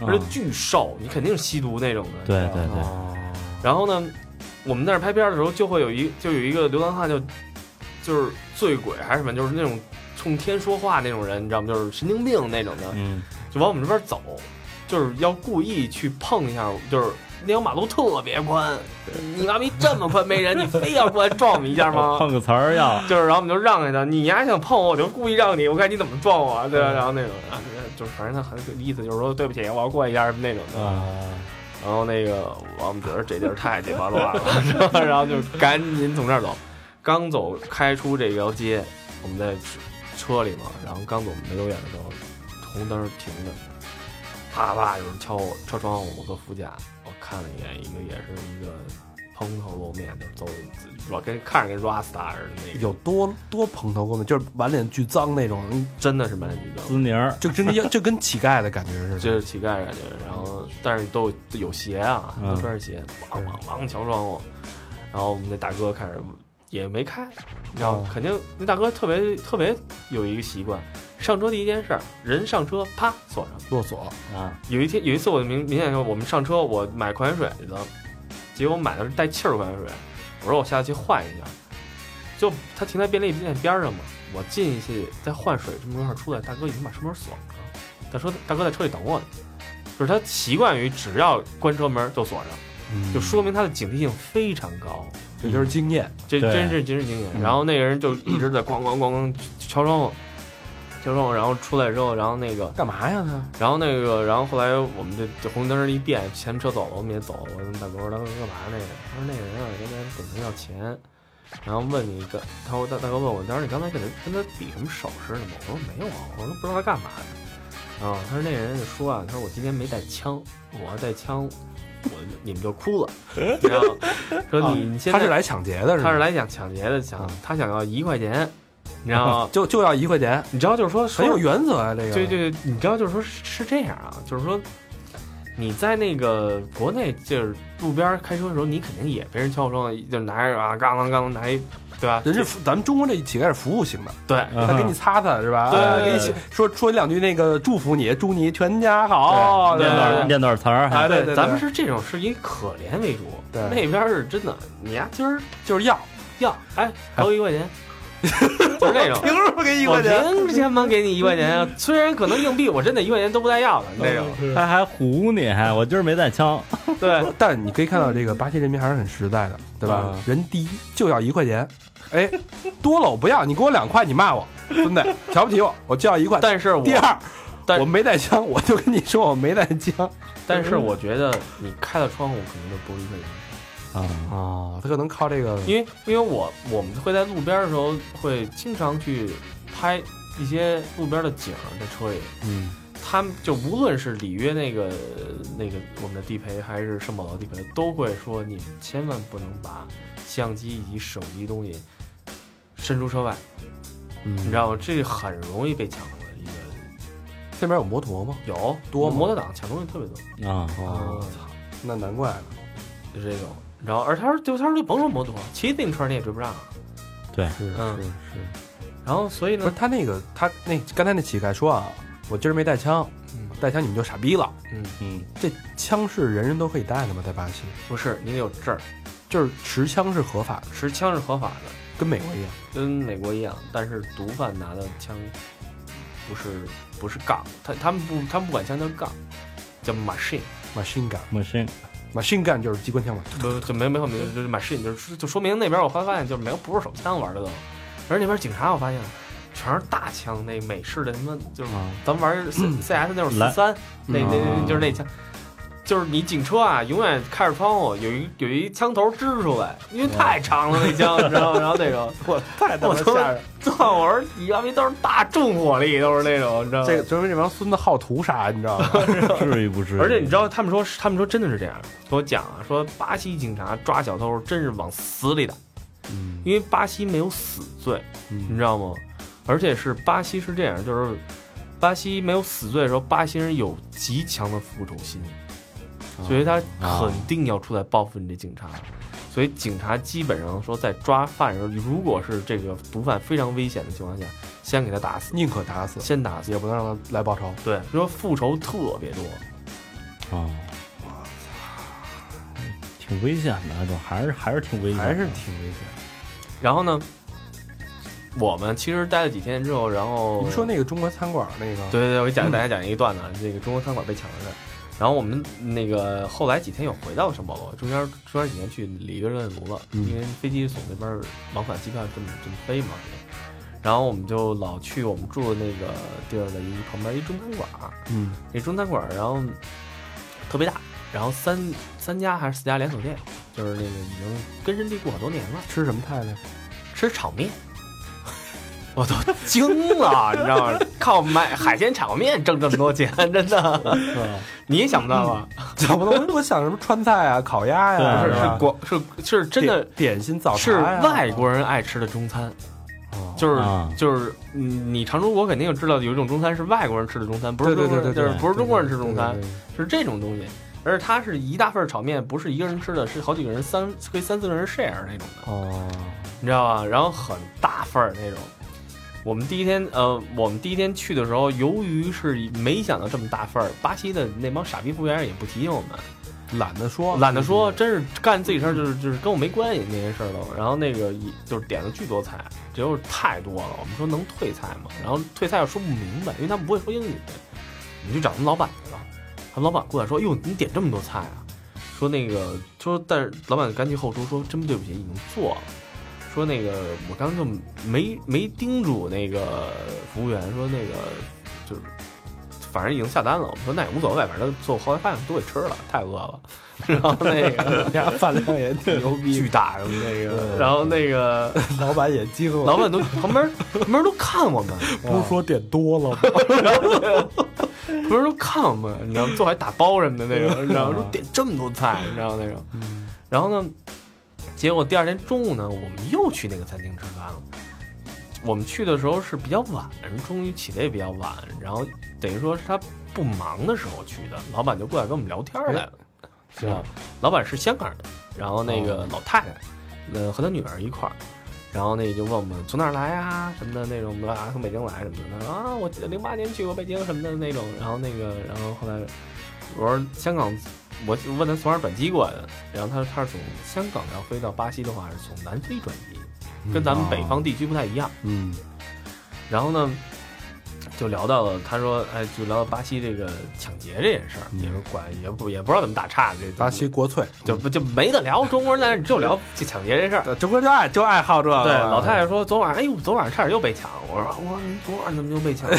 S4: 过嗯
S3: 而且巨瘦，你肯定是吸毒那种的。
S4: 对对 对，嗯
S2: 哦，
S3: 然后呢，我们在那儿拍片儿的时候，就会有一就有一个流浪汉就就是醉鬼还是什么，就是那种冲天说话那种人，你知道吗？就是神经病那种的，
S4: 嗯，
S3: 就往我们这边走，就是要故意去碰一下，就是那条马路特别宽，你妈逼这么宽没人，你非要过来撞我们一下 吗？
S4: 碰个词儿要，
S3: 就是，然后我们就让给他，你还想碰我，我就故意让你，我看你怎么撞我，对
S4: 嗯
S3: 吧？然后那种，啊就是反正他很意思就是说对不起，我要过一下那种的。
S4: 啊，
S3: 然后那个我们觉得这地儿太鸡巴乱 了，然后就赶紧从这儿走。刚走开出这条街，我们在车里嘛，然后刚走没多远的时候，红灯停着，啪啪有人敲我车窗户，我坐副驾，我看了一眼，一个也是一个蓬头露面，就是走，我跟看着跟 Rasta 似的那个，
S2: 有多多蓬头垢面，就是满脸巨脏那种，嗯
S3: 真的是满脸
S4: 滋泥儿，
S2: 就真的要 就跟乞丐的感觉似的。
S3: 就是乞丐感觉，然后但是都有有鞋啊，
S4: 嗯
S3: 都穿着鞋，咣咣咣敲窗户，然后我们那大哥开始也没开，然后
S2: 哦
S3: 肯定那大哥特别特别有一个习惯，上车第一件事儿，人上车啪锁上。
S2: 落锁，
S4: 啊，
S3: 有一天有一次我明明显说我们上车我买矿泉水去了，结果我买的是带气儿矿泉水，我说我下去换一下，就他停在便利店边上嘛，我进去再换水，这么多事儿出来，大哥已经把车门锁上了，他说大哥在车里等我呢，就是他习惯于只要关车门就锁上，就说明他的警惕性非常高，
S2: 这就是经验。
S3: 这
S4: 对
S3: 真是真是经典。
S2: 嗯
S3: 然后那个人就一直在咣咣咣咣敲窗户，敲窗户，然后出来之后，然后那个。
S2: 干嘛呀他？
S3: 然后那个，然后后来我们这这红灯一变，前车走了，我们也走了。我跟大哥说：“大哥干嘛那个？”他说：“那个人啊跟咱管他要钱，然后问你跟……他说大大哥问我，当时你刚才跟他跟他比什么手势呢吗？”我说：“没有啊，我都不知道他干嘛的。”啊，他说那个人就说啊，他说我今天没带枪，我要带枪，我你们就哭了。 然后说你你现在
S2: 他是来抢劫的是吗？嗯
S3: 他是来想抢劫的，想他想要一 块钱，你知道吗？
S2: 就就要一块钱，
S3: 你知道就是说
S2: 很有
S3: 说
S2: 原则啊这个。
S3: 对对，对，你知道，就是说是是这样啊，就是说你在那个国内就是路边开车的时候，你肯定也被人敲窗，就拿着啊，嘎啷嘎啷拿一，对吧？
S2: 人是服咱们中国这乞丐是服务型的，
S3: 对
S4: 嗯
S2: 他给你擦擦是吧？
S3: 对
S2: 啊
S3: 对
S2: 给你
S3: 对
S2: 说说两句那个祝福你，祝你全家好，
S3: 对
S4: 念
S2: 对
S3: 啊对
S4: 段念段词儿，还
S2: 哎 对对对
S3: 咱们是这种是以可怜为主，
S2: 对
S3: 那边是真的，你呀今儿
S2: 就是要
S3: 要哎给我一 块钱，就是那种。
S2: 凭什么给一
S3: 我
S2: 块钱？
S3: 凭什么给你一块 钱啊？虽然可能硬币我真的一块钱都不带要的那种，
S4: 还还唬你，还我今儿没带枪，
S3: 对，
S2: 但你可以看到，这个巴西人民还是很实在的，对吧
S3: 嗯？
S2: 人第一就要一块钱，哎，多了我不要，你给我两块，你骂我，孙子，瞧不起我，我就要一块。
S3: 但是我
S2: 啊第二，
S3: 但
S2: 我没带枪，我就跟你说我没带枪
S3: 但是我觉得你开了窗户可能就不是一块钱。
S4: 啊，
S2: 啊，他可能靠这个，
S3: 因为因为我我们会在路边的时候会经常去拍一些路边的景儿在车里，
S2: 嗯，
S3: 他们就无论是里约那个那个我们的地陪还是圣保罗地陪，都会说你千万不能把相机以及手机东西伸出车外，
S2: 嗯
S3: 你知道吗？这很容易被抢的一个
S2: 这边有摩托吗？
S3: 有
S2: 多吗
S3: 摩托党抢东西特别多，
S4: 啊，
S3: 我
S2: 哦，
S3: 操，
S2: 那难怪呢。
S3: 就这种。然后，而他说，就他说就甭说摩托，骑自行车你也追不上。啊
S4: 对，
S2: 是
S3: 嗯
S2: 是是，
S3: 然后，所以
S2: 不是
S3: 呢，
S2: 他那个他那刚才那乞丐说啊，我今儿没带枪，
S3: 嗯
S2: 带枪你们就傻逼了。
S3: 嗯，
S4: 嗯，
S2: 这枪是人人都可以带的吗？在巴西，
S3: 不是你得有证儿，
S2: 就是持枪是合法的，
S3: 持枪是合法的，
S2: 跟美国一样。
S3: 跟美国一样，但是毒贩拿的枪不是不是杠，他他们不他们不管枪叫杠，叫 machine，
S2: machine gun
S4: 我身
S2: machine gun 就是机关枪嘛，
S3: 不就没没有没有就是 machine，就是就说明那边我发现就是没有不是手枪玩的都，而那边警察我发现全是大枪，那美式的他妈就是
S4: 啊，
S5: 啊
S3: 咱们玩 C C S 那种四三，那那那就是那枪，就是你警车啊，永远开着窗户，有一有一枪头支出来，因为太长了那枪，你知道吗？然后那个
S5: 我太他妈
S3: 我
S5: 吓
S3: 都
S5: 人了！
S3: 对，我说你要逼都是大重火力，都是那种，你知道吗？
S2: 这个就是这帮孙子好屠杀，你知道吗？
S4: 至于不至于？
S3: 而且你知道他们说，他们说真的是这样，给我讲啊，说巴西警察抓小偷真是往死里打，
S2: 嗯
S3: 因为巴西没有死罪，你
S2: 嗯
S3: 知道吗？而且是巴西是这样，就是巴西没有死罪的时候，巴西人有极强的复仇心，所以他肯定要出来报复你这警察。所以警察基本上说，在抓犯人，如果是这个毒贩非常危险的情况下，先给他打死，
S2: 宁可打死，
S3: 先打死
S2: 也。不能让他来报仇。
S3: 对，说复仇特别多，
S4: 啊，挺危险的，这还是还是挺危险的，
S2: 还是挺危险。
S3: 然后呢，我们其实待了几天之后，然后
S2: 你不说那嗯个中国餐馆那个？
S3: 对对对，我给讲大家讲一个段子，啊，这个中国餐馆被抢了的。然后我们那个后来几天又回到圣保罗，中间中间几天去里约热内卢了，
S2: 嗯
S3: 因为飞机从那边儿往返机票这么这么飞嘛。然后我们就老去我们住的那个地儿的一旁边一中餐馆儿，
S2: 嗯，
S3: 那中餐馆儿然后特别大，然后三三家还是四家连锁店，就是那个已经根深蒂固好多年了。
S2: 吃什么菜 呢？
S3: 吃炒面， 我都惊了，你知道吗？靠买海鲜炒面挣这么多钱，真 的，
S2: 嗯
S3: 你也想不到吧？
S2: 想不通，我想什么川菜 啊、烤鸭呀、
S4: 对
S3: 是
S4: 是
S2: 吧
S3: 是广是是真的
S2: 点点心早嗯茶
S3: 是
S2: 呀、
S3: 外国人爱吃的中餐，
S2: 哦
S3: 就是
S4: 啊
S3: 就是你你常出国肯定有知道有一种中餐是外国人吃的中餐，不是
S2: 对
S3: 中
S2: 对
S3: 国
S2: 对
S3: 人
S2: 对
S3: 就
S2: 对，
S3: 是不是中国人吃的中餐
S2: 对，对，对
S3: 是这种东西。而且它是一大份炒面，不是一个人吃的，是好几个人三可以三四个人 share 那种的。
S2: 哦，
S4: 嗯
S3: 你知道吧？然后很大份儿那种。我们第一天，呃，我们第一天去的时候，由于是没想到这么大份儿，巴西的那帮傻逼服务员也不提醒我们，
S2: 懒得说，
S3: 懒得说，真是干自己事儿，就是就是跟我没关系那些事儿都。然后那个一就是点了巨多菜，结果太多了，我们说能退菜吗？然后退菜又说不明白，因为他们不会说英语，我们就找他们老板去了。他们老板过来说：“哟，你点这么多菜啊？”说那个，说但是老板赶紧后厨说：“真对不起，已经做了。”说那个我刚刚就没没叮嘱那个服务员说那个就是反正已经下单了。我们说那也无所谓，反正做后来饭都给吃了，太饿了。然后那 个
S2: 人家饭量也挺牛
S3: 巨
S2: 逼，
S3: 大的那个，
S2: 嗯
S3: 然后那个
S2: 老板也惊了，
S3: 老板都旁边旁边都看我们，
S2: 不是说点多了吗？
S3: 旁边都看我们，你知道吗？做还打包什么的那种，你知道吗？说点这么多菜，你知道那种。然后呢，结果第二天中午呢，我们又去那个餐厅吃饭了。我们去的时候是比较晚，终于起的也比较晚，然后等于说是他不忙的时候去的，老板就过来跟我们聊天来了，知道吧？老板是香港人，然后那个老太太，呃，和她女儿一块儿。然后那就问我们从哪儿来啊什么的那种，我们说啊从北京来什么的。他说啊我零八年去过北京什么的那种。然后那个，然后后来我说香港，我就问他从哪儿转机过来的，然后他说他是从香港要飞到巴西的话是从南非转机，跟咱们北方地区不太一样。
S2: 嗯，
S3: 然后呢，就聊到了，他说，哎，就聊到巴西这个抢劫这件事儿，也是管也不也不知道怎么打岔，这
S2: 巴西国粹，
S3: 就不就没得聊，中国人在那儿只有聊这抢劫这事儿。
S2: 中国人就爱就爱好这个，
S3: 对，老太太说昨晚，哎呦，昨晚差点又被抢。我说，我说你昨晚怎么又被抢 了？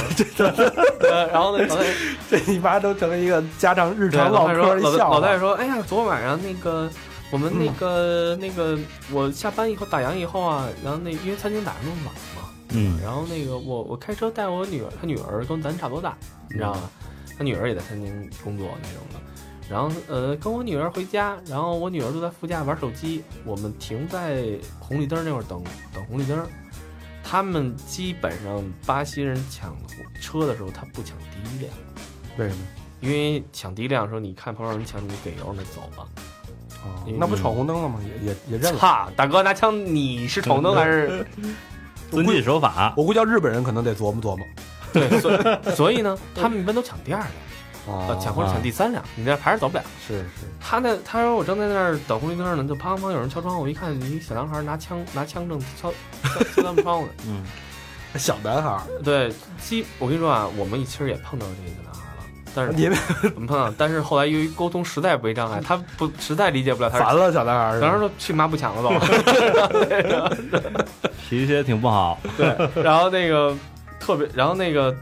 S3: 对然后呢，老太太
S2: 这你妈都成一个家常日
S3: 对
S2: 常唠
S3: 老太太说，
S2: 嗑
S3: 老
S2: 一笑啊话，嗯
S3: 老太太说，哎呀，昨晚上那个我们那个、那个我下班以后打烊以后啊，然后那因为餐厅打烊那么晚嘛，
S4: 嗯，
S3: 然后那个我我开车带我女儿，她女儿跟咱差不多大，你知道吗？
S2: 嗯
S3: 她女儿也在餐厅工作那种的。然后呃，跟我女儿回家，然后我女儿就在副驾玩手机，我们停在红绿灯那会儿等等红绿灯。他们基本上巴西人抢车的时候，他不抢第一辆，
S2: 为什么？
S3: 因为抢第一辆的时候，你看旁边有人抢，你给油那走吧。
S2: 哦
S3: 嗯
S2: 那不闯红灯了吗？也也也认了。
S3: 操，大哥拿枪，你是闯红灯还是？
S4: 遵纪守法，
S2: 我估计要日本人可能得琢磨琢磨
S3: 对，所以所以呢，他们一般都抢第二辆，呃，
S2: 啊
S3: 抢或者抢第三辆，你这还是走不了。
S2: 是是，
S3: 他那他说我正在那儿等红绿灯呢，就砰砰有人敲窗户，我一看一小男孩拿枪拿枪正敲敲敲他们窗户呢。
S4: 嗯，
S2: 小男孩儿，
S3: 对，基我跟你说啊，我们其实也碰到这个小男孩了，但是
S2: 你们
S3: 我们碰到，但是后来由于沟通实在为障碍，他不实在理解不了他是。
S2: 烦了小男孩儿是吧
S3: 然后说去你妈不抢了吧，
S4: 脾气也挺不好，
S3: 对， 然后那个特别，然后那个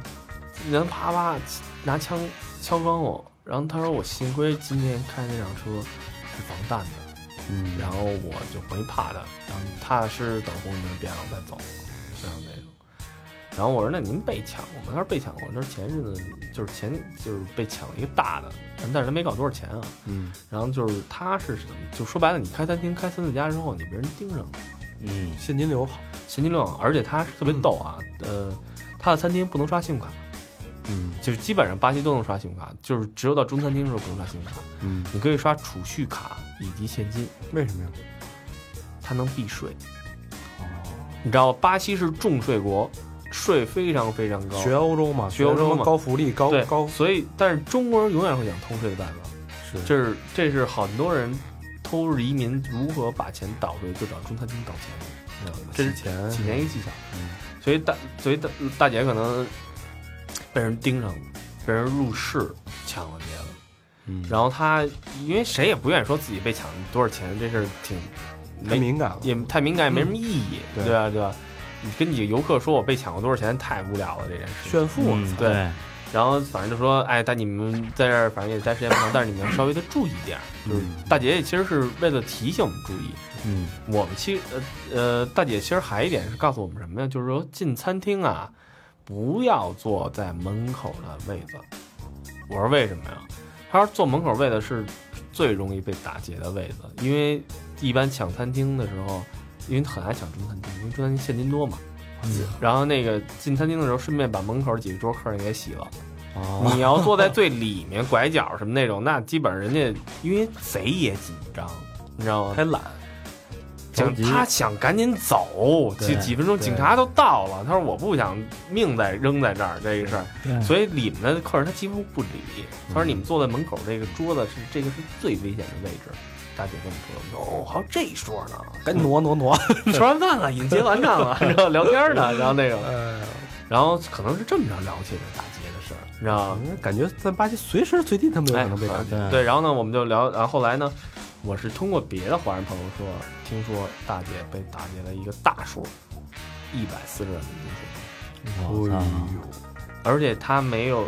S3: 人啪啪拿枪敲窗户，然后他说我幸亏今天开那辆车是防弹的，
S2: 嗯
S3: 然后我就没怕它，然后你踏踏实实等红绿灯变好再走，就是那种。然后我说那您被抢过吗？他说被抢过，那是前日子就是前就是被抢了一个大的，但是他没搞多少钱啊。
S2: 嗯
S3: 然后就是他是什么？就说白了，你开餐厅开三四家之后，你被人盯上了。
S4: 嗯，
S2: 现金流好，
S3: 现金流，啊而且他是特别逗啊，呃，他的餐厅不能刷信用卡，
S2: 嗯
S3: 就是基本上巴西都能刷信用卡，就是只有到中餐厅的时候不能刷信用卡，
S2: 嗯，
S3: 你可以刷储蓄卡以及现金，
S2: 为什么呀？哦
S3: 它能避税。你知道巴西是重税国，税非常非常高，
S2: 学欧洲嘛，
S3: 学欧洲嘛
S2: 什么高福利，高
S3: 对
S2: 高
S3: 所以但是中国人永远会想偷税的办法，
S2: 是
S3: 这是这是很多人偷移民如何把钱倒回，就找中餐厅倒
S2: 嗯
S3: 钱，你知道吗？这是
S2: 钱
S3: 几年一个技巧。
S2: 嗯
S3: 所以大，所以大大姐可能被人盯上了，被人入室抢了劫了。
S2: 嗯
S3: 然后她因为谁也不愿意说自己被抢多少钱，这事儿挺
S2: 太
S3: 没
S2: 敏感了，
S3: 也太敏感，也没什么意义，
S2: 对
S3: 对吧？啊对吧？你跟你游客说我被抢了多少钱，太无聊了这件事。
S2: 炫富嘛，
S4: 嗯
S3: 对
S4: 对，
S3: 然后反正就说，哎，但你们在这儿反正也待时间不长，但是你们要稍微的注意点儿。就是
S2: 嗯
S3: 大姐也其实是为了提醒我们注意，
S4: 嗯
S3: 我们其呃呃，大姐其实还一点是告诉我们什么呀？就是说进餐厅啊，不要坐在门口的位子。我说为什么呀？她说坐门口位子是最容易被打劫的位子，因为一般抢餐厅的时候，因为很爱抢中餐厅，因为中餐厅现金多嘛。
S2: 嗯
S3: 然后那个进餐厅的时候，顺便把门口几个桌客人给洗了。
S2: 哦
S3: 你要坐在最里面拐角什么那种，那基本上人家因为贼也紧张，你知道吗？
S2: 还懒，
S3: 想
S4: 着急
S3: 他想赶紧走，
S4: 对
S3: 几几分钟
S2: 对
S3: 警察都到了。他说我不想命在扔在这儿这个事儿，
S4: 对
S3: 所以里面的客人他几乎不理。他说你们坐在门口这个桌子是这个是最危险的位置。大姐跟我说：“哦，还有这一说呢，
S2: 赶紧挪挪挪，
S3: 吃完饭了，已经结完账了，然后聊天呢，然后那个，
S2: 呃，
S3: 然后可能是这么着聊起的大姐的事儿，你知道吗？
S2: 啊感觉在巴西随时随地他们都有可能被打劫，
S4: 对
S3: 哎对，然后呢，我们就聊，然后后来呢，我是通过别的华人朋友说，听说大姐被打劫了一个大数，一百四十万美金，
S2: 哎
S4: 我操，
S3: 而且他没有，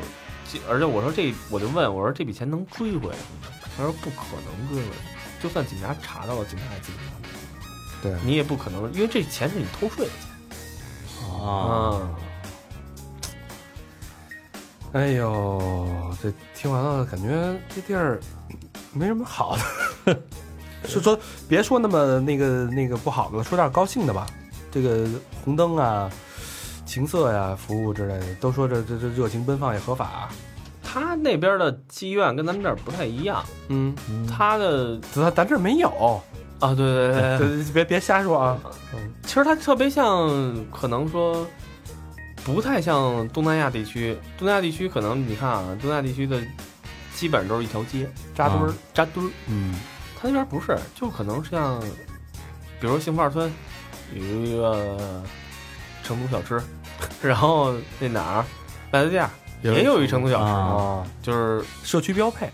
S3: 这而且我说这，我就问我说这笔钱能追回来吗？他说不可能追回来，就算警察查到了，警察也追不回来，
S2: 对
S3: 你也不可能，因为这钱是你偷税的钱。
S4: 啊，
S3: 嗯
S2: 哎呦，这听完了感觉这地儿没什么好的， 是说别说那么那个那个不好的了，说点高兴的吧。这个红灯啊、情色呀、服务之类的，都说这这这热情奔放也合法、啊
S3: 他那边的妓院跟咱们这儿不太一样，
S2: 嗯，
S3: 他的
S2: 咱咱这儿没有，
S3: 啊，对对对 对，
S2: 这别别瞎说啊。
S3: 其实它特别像，可能说不太像东南亚地区。东南亚地区可能你看啊，东南亚地区的基本上都是一条街
S2: 扎堆儿
S4: 啊，
S3: 扎堆儿，
S2: 嗯
S3: 它那边不是，就可能像，比如说杏花村有一个成都小吃， 然后那哪儿麦子店儿也有一成都小吃，哦
S4: 啊，
S2: 啊，
S3: 就是
S2: 社区标配。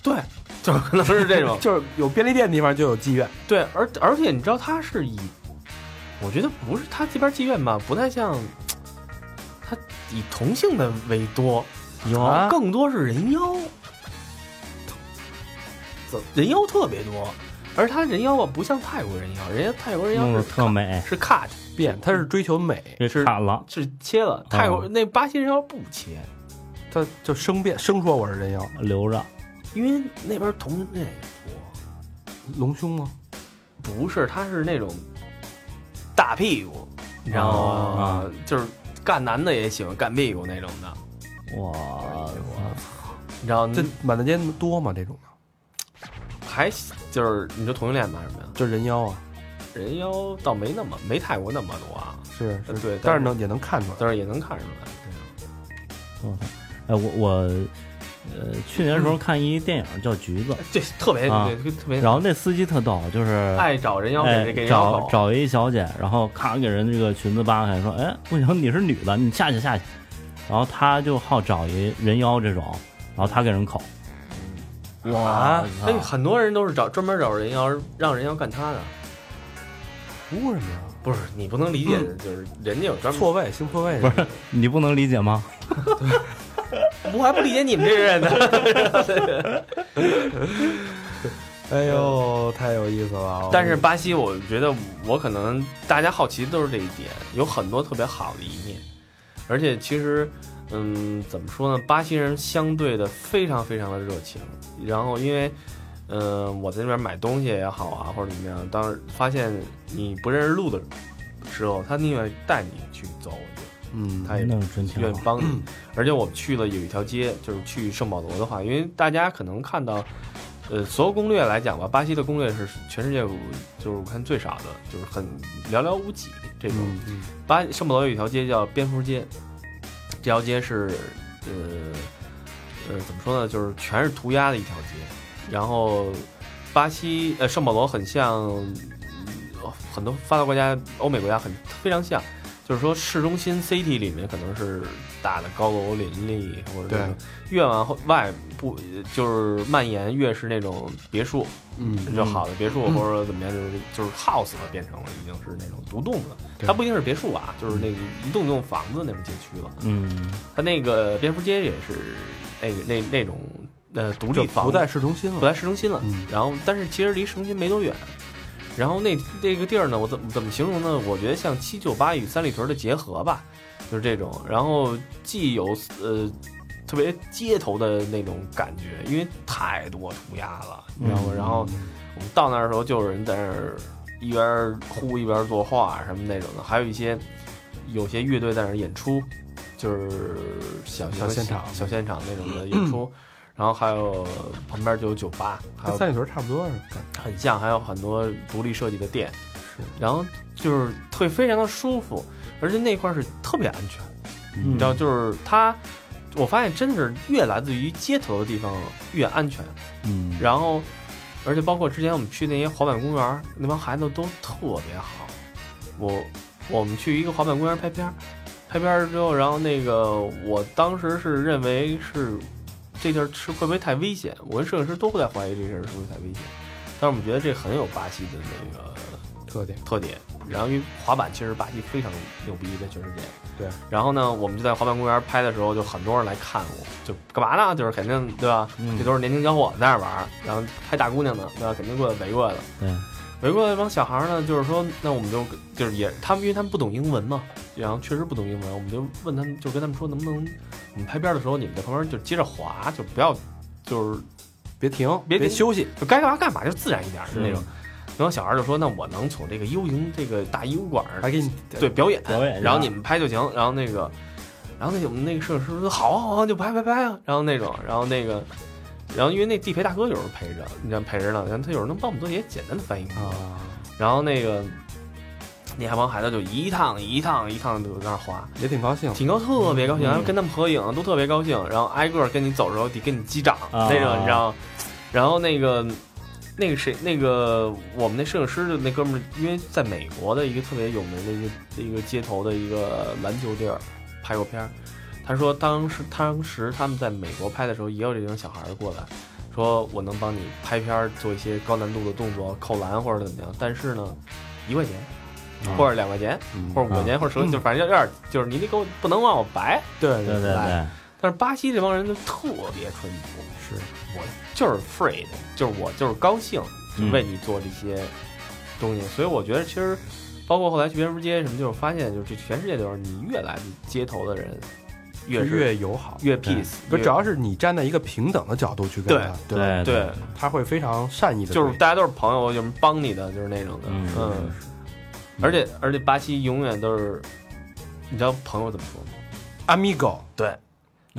S3: 对，就是可能是这 种
S2: 就是有便利店的地方就有妓院，
S3: 对，而而且你知道他是以，我觉得不是他这边妓院吧，不太像，他以同性的为多，
S4: 有
S2: 啊
S3: 更多是人妖，怎人妖特别多，而他人妖啊不像泰国人妖，人家泰国人妖
S4: 弄得
S3: 是
S4: 特美，
S3: 是 cut
S2: 嗯变它是追嗯求美，
S4: 这
S3: 是
S4: 卡了，
S3: 是切了，泰国、
S4: 哦
S3: 那巴西人妖不切，
S2: 它就生变生说我是人妖，
S4: 留着，
S3: 因为那边同性恋也多，
S2: 隆胸吗？
S3: 不是他是那种大屁股，你知道吗？
S4: 哦
S3: 就是干男的也喜欢干屁股那种的。
S4: 哇，
S3: 你知道，
S2: 这
S3: 这
S2: 满大街多吗？这种的，
S3: 还就是你说同性恋吧，什么呀？
S2: 就人妖啊，
S3: 人妖倒没那么没泰国那么多啊，
S2: 是是，
S3: 对，
S2: 但是，能也能看出来，
S3: 但是也能看出来。
S4: 哎，我我，呃，去年的时候看一电影叫《橘子》，
S3: 这特别
S4: 啊
S3: 对，特别
S4: 然后那司机特逗，就是
S3: 爱找人妖给
S4: 哎
S3: 人给人妖
S4: 找
S3: 搞，
S4: 找一小姐，然后咔给人这个裙子扒开，说哎不行，你是女的，你下去下去。然后他就好找一人妖这种，然后他给人口，啊
S2: 哇
S4: 我操
S3: 那哎很多人都是找专门找人妖，让人妖干他的。
S2: 哭什么呀？
S3: 不是你不能理解的，就是人家有专门
S2: 错位，性错位，
S4: 不是你不能理解吗？
S5: 我还不理解你们这人呢。
S2: 哎呦，太有意思了！
S3: 但是巴西，我觉得我可能大家好奇都是这一点，有很多特别好的一面，而且其实，嗯，怎么说呢？巴西人相对的非常非常的热情，然后因为，嗯、我在那边买东西也好啊，或者怎么样，当时发现你不认识路的时候，他宁愿带你去走，我觉得
S2: 嗯，
S3: 他也
S4: 那是真啊挺
S3: 愿意
S4: 好。
S3: 帮你。而且我们去了有一条街，就是去圣保罗的话，因为大家可能看到，呃，所有攻略来讲吧，巴西的攻略是全世界就是我看最少的，就是很寥寥无几这种。
S2: 嗯嗯
S3: 巴圣保罗有一条街叫蝙蝠街，这条街是呃呃怎么说呢，就是全是涂鸦的一条街。然后巴西呃圣保罗很像嗯很多发达国家、欧美国家很非常像，就是说市中心 city 里面可能是大的高楼林立，或者
S2: 对
S3: 是越往后外不就是蔓延越是那种别墅，
S2: 嗯
S3: 就好的别墅，或者说怎么样，就是就是 house 了，变成了已经是那种独栋的，
S2: 对嗯
S3: 它不一定是别墅啊，就是那个一栋一栋房子那种街区了。
S4: 嗯，
S3: 它那个蝙蝠街也是那个那那种呃独
S2: 就
S3: 立房
S2: 不
S3: 子，
S2: 在市中心了，
S3: 不在市中心了。
S2: 嗯
S3: 然后，但是其实离市中心没多远。然后那那个地儿呢，我怎么怎么形容呢？我觉得像七九八与三里屯的结合吧，就是这种。然后既有呃特别街头的那种感觉，因为太多涂鸦了，
S2: 嗯
S3: 你知道吗？然后我们到那儿的时候，就有人在那儿一边呼一边作画什么那种的，还有一些有些乐队在那儿演出，就是小
S2: 小现场
S3: 小现场 那种的演出。然后还有旁边就有酒吧，还
S2: 跟
S3: 有
S2: 三里屯差不多是吧，
S3: 很像，还有很多独立设计的店，然后就是会非常的舒服，而且那块儿是特别安全，你
S4: 你
S3: 知道，就是它，我发现真是越来自于街头的地方越安全，
S4: 嗯，
S3: 然后而且包括之前我们去那些滑板公园儿，那帮孩子都特别好，我我们去一个滑板公园儿拍片儿，拍片儿之后，然后那个我当时是认为是这地儿是会不会太危险，我跟摄影师都会在怀疑这事儿是不是太危险，但是我们觉得这很有巴西的那个
S2: 特点
S3: 特点。然后因为滑板其实巴西非常牛逼，在全世界。
S2: 对。
S3: 然后呢，我们就在滑板公园拍的时候，就很多人来看我，就干嘛呢？就是肯定对吧？
S4: 嗯
S3: 这都是年轻小伙子在那儿玩儿，然后拍大姑娘呢，对吧？肯定过来围过来了。
S4: 对，
S3: 围过来那帮小孩儿呢，就是说，那我们就就是也他们，因为他们不懂英文嘛，然后确实不懂英文，我们就问他们，就跟他们说，能不能我们拍片儿的时候，你们在旁边就接着滑，就不要就是
S2: 别停，
S3: 别停
S2: 休息，
S3: 就该干嘛干嘛，就自然一点儿的那种。然后小孩儿就说：“那我能从这个 U 型这个大医务馆儿
S2: 还给你
S3: 对表演，
S4: 表演一下
S3: 然后你们拍就行。然后那个，然后那我们那个摄影师说好啊好啊，就拍拍拍啊。然后那种，然后那个，然后因为那地陪大哥有时候陪着，你知道陪着呢，然后他有时候能帮我们做一些简单的翻译工作。
S2: 啊，
S3: 然后那个，那还帮孩子就一趟一趟一趟就在那儿滑，
S2: 也挺高兴，
S3: 挺高特别高兴，然后跟他们合影都特别高兴，然后挨个儿跟你走的时候得跟你击掌、
S4: 啊
S3: 那种，你知道吗？然后那个那个谁，那个我们那摄影师的那哥们儿，因为在美国的一个特别有名的一个一个街头的一个篮球地儿拍过片儿，他说当时当时他们在美国拍的时候，也有这种小孩儿过来。说我能帮你拍片儿，做一些高难度的动作，扣篮或者怎么样，但是呢，一块钱
S4: 啊
S3: 或者两块钱，
S2: 嗯
S3: 或者五年或者十年，就反正有点就是你得给我不能让我白。
S2: 对
S4: 对对对
S3: 来，但是巴西这帮人就特别淳朴，
S2: 是
S3: 就是 free 的，就是我就是高兴，就
S4: 嗯
S3: 为你做这些东西。所以我觉得其实包括后来去蝙蝠街什么，就是发现就是全世界都是你越来街头的人越是
S2: 越友好。
S3: 越 peace，
S2: 不，
S3: 越
S2: 只要是你站在一个平等的角度去跟
S3: 对
S2: 他，对吧
S4: 对
S3: 对，
S2: 他会非常善意的，
S3: 就是大家都是朋友，就是帮你的，就是那种的，
S4: 嗯
S3: 嗯。而且而且巴西永远都是，你知道朋友怎么说吗？
S2: amigo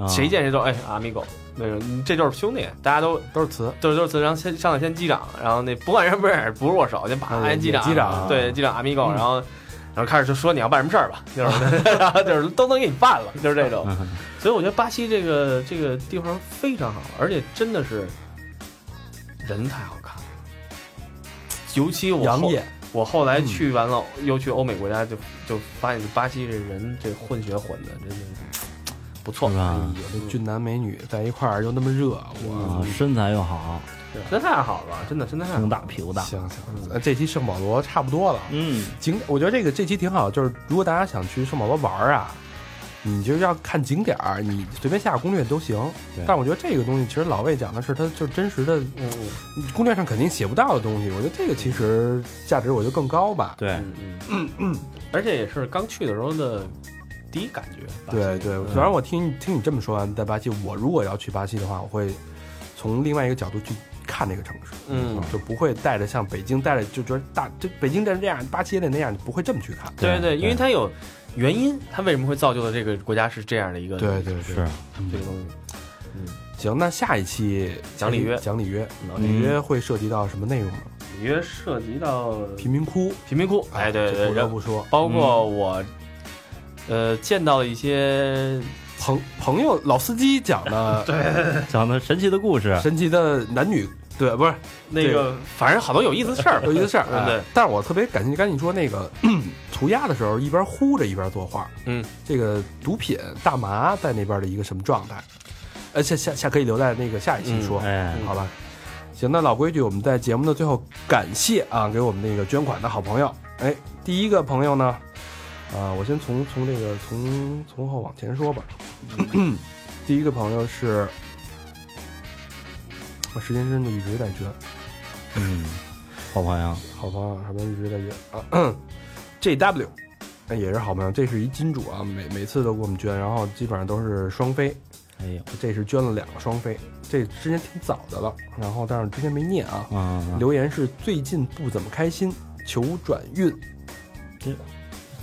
S4: 啊
S3: 谁见谁都哎阿米狗，那种你这就是兄弟，大家都
S2: 都是词，
S3: 都是都是词，然后先上来先击掌，然后那不管什么人不是握手，先啪
S2: 嗯
S3: 先击掌，
S2: 击掌
S3: 对击掌阿米狗，然后然后开始就说你要办什么事儿吧，就是然后就是 都能给你办了，就是这种。
S4: 嗯
S3: 所以我觉得巴西这个这个地方非常好，而且真的是人太好看了，尤其我
S2: 养
S3: 后
S2: 眼，
S3: 我后来去完了，又去欧美国家就，就发现巴西这人这混血混的真的是不错。
S4: 是
S2: 哎
S4: 吧？
S2: 呦，这俊男美女在一块儿又那么热，
S4: 啊
S2: 我，
S4: 身材又好，
S3: 那太好了，真的真的太好
S4: 胸
S3: 了。
S4: 大屁股大，
S2: 行行，呃这期圣保罗差不多了。
S4: 嗯，
S2: 景，我觉得这个这期挺好，就是如果大家想去圣保罗玩儿啊，你就是要看景点儿，你随便下个攻略都行
S4: 对。
S2: 但我觉得这个东西其实老魏讲的是他就是真实的
S3: 嗯
S2: 攻略上肯定写不到的东西，我觉得这个其实价值我觉得更高吧。
S4: 对，
S3: 嗯嗯，而且也是刚去的时候的第一感觉。巴西
S2: 对对，
S3: 嗯
S2: 虽然我听听你这么说完，在巴西，我如果要去巴西的话，我会从另外一个角度去看这个城市，啊
S3: 嗯，
S2: 就不会带着像北京带着就觉得大这北京带着这样，巴西也得那样，你不会这么去看。
S4: 对
S3: 对对，因为
S4: 对
S3: 它有原因，它为什么会造就了这个国家是这样的一个
S2: 对对对，
S4: 是
S3: 这个东西。
S2: 行，那下一期哎
S3: 讲里约
S2: 讲里约，
S3: 嗯
S2: 里约会涉及到什么内容呢？
S3: 里约涉及到
S2: 贫民窟，
S3: 贫民窟，哎对
S2: 这
S3: 对，
S2: 不
S3: 然
S2: 得
S3: 后
S2: 不说，
S3: 包括我呃见到了一些
S2: 朋朋友老司机讲 的
S4: 讲的神奇的故事，
S2: 神奇的男女，对，不是
S3: 那个，反正好多有意思的事儿吧，
S2: 有一个事儿，
S3: 对对
S2: 哎，但是我特别感谢，刚才你说那个涂鸦的时候，一边呼着一边作画，
S3: 嗯，
S2: 这个毒品大麻在那边的一个什么状态？呃，下下下可以留在那个下一期说，
S3: 嗯
S4: 哎，
S2: 好吧？行，那老规矩，我们在节目的最后感谢啊，给我们那个捐款的好朋友。哎，第一个朋友呢，啊，我先从从这个从从后往前说吧。 第一个朋友是，我时间真的一直在捐。
S4: 嗯，好朋友，
S2: 好朋友，好朋友一直在约啊。JW，那也是好朋友，这是一金主啊，每每次都给我们捐，然后基本上都是双飞，
S4: 哎呦，
S2: 这是捐了两个双飞，这之前挺早的了，然后但是之前没念啊。
S4: 嗯，
S2: 留言是最近不怎么开心，求转运。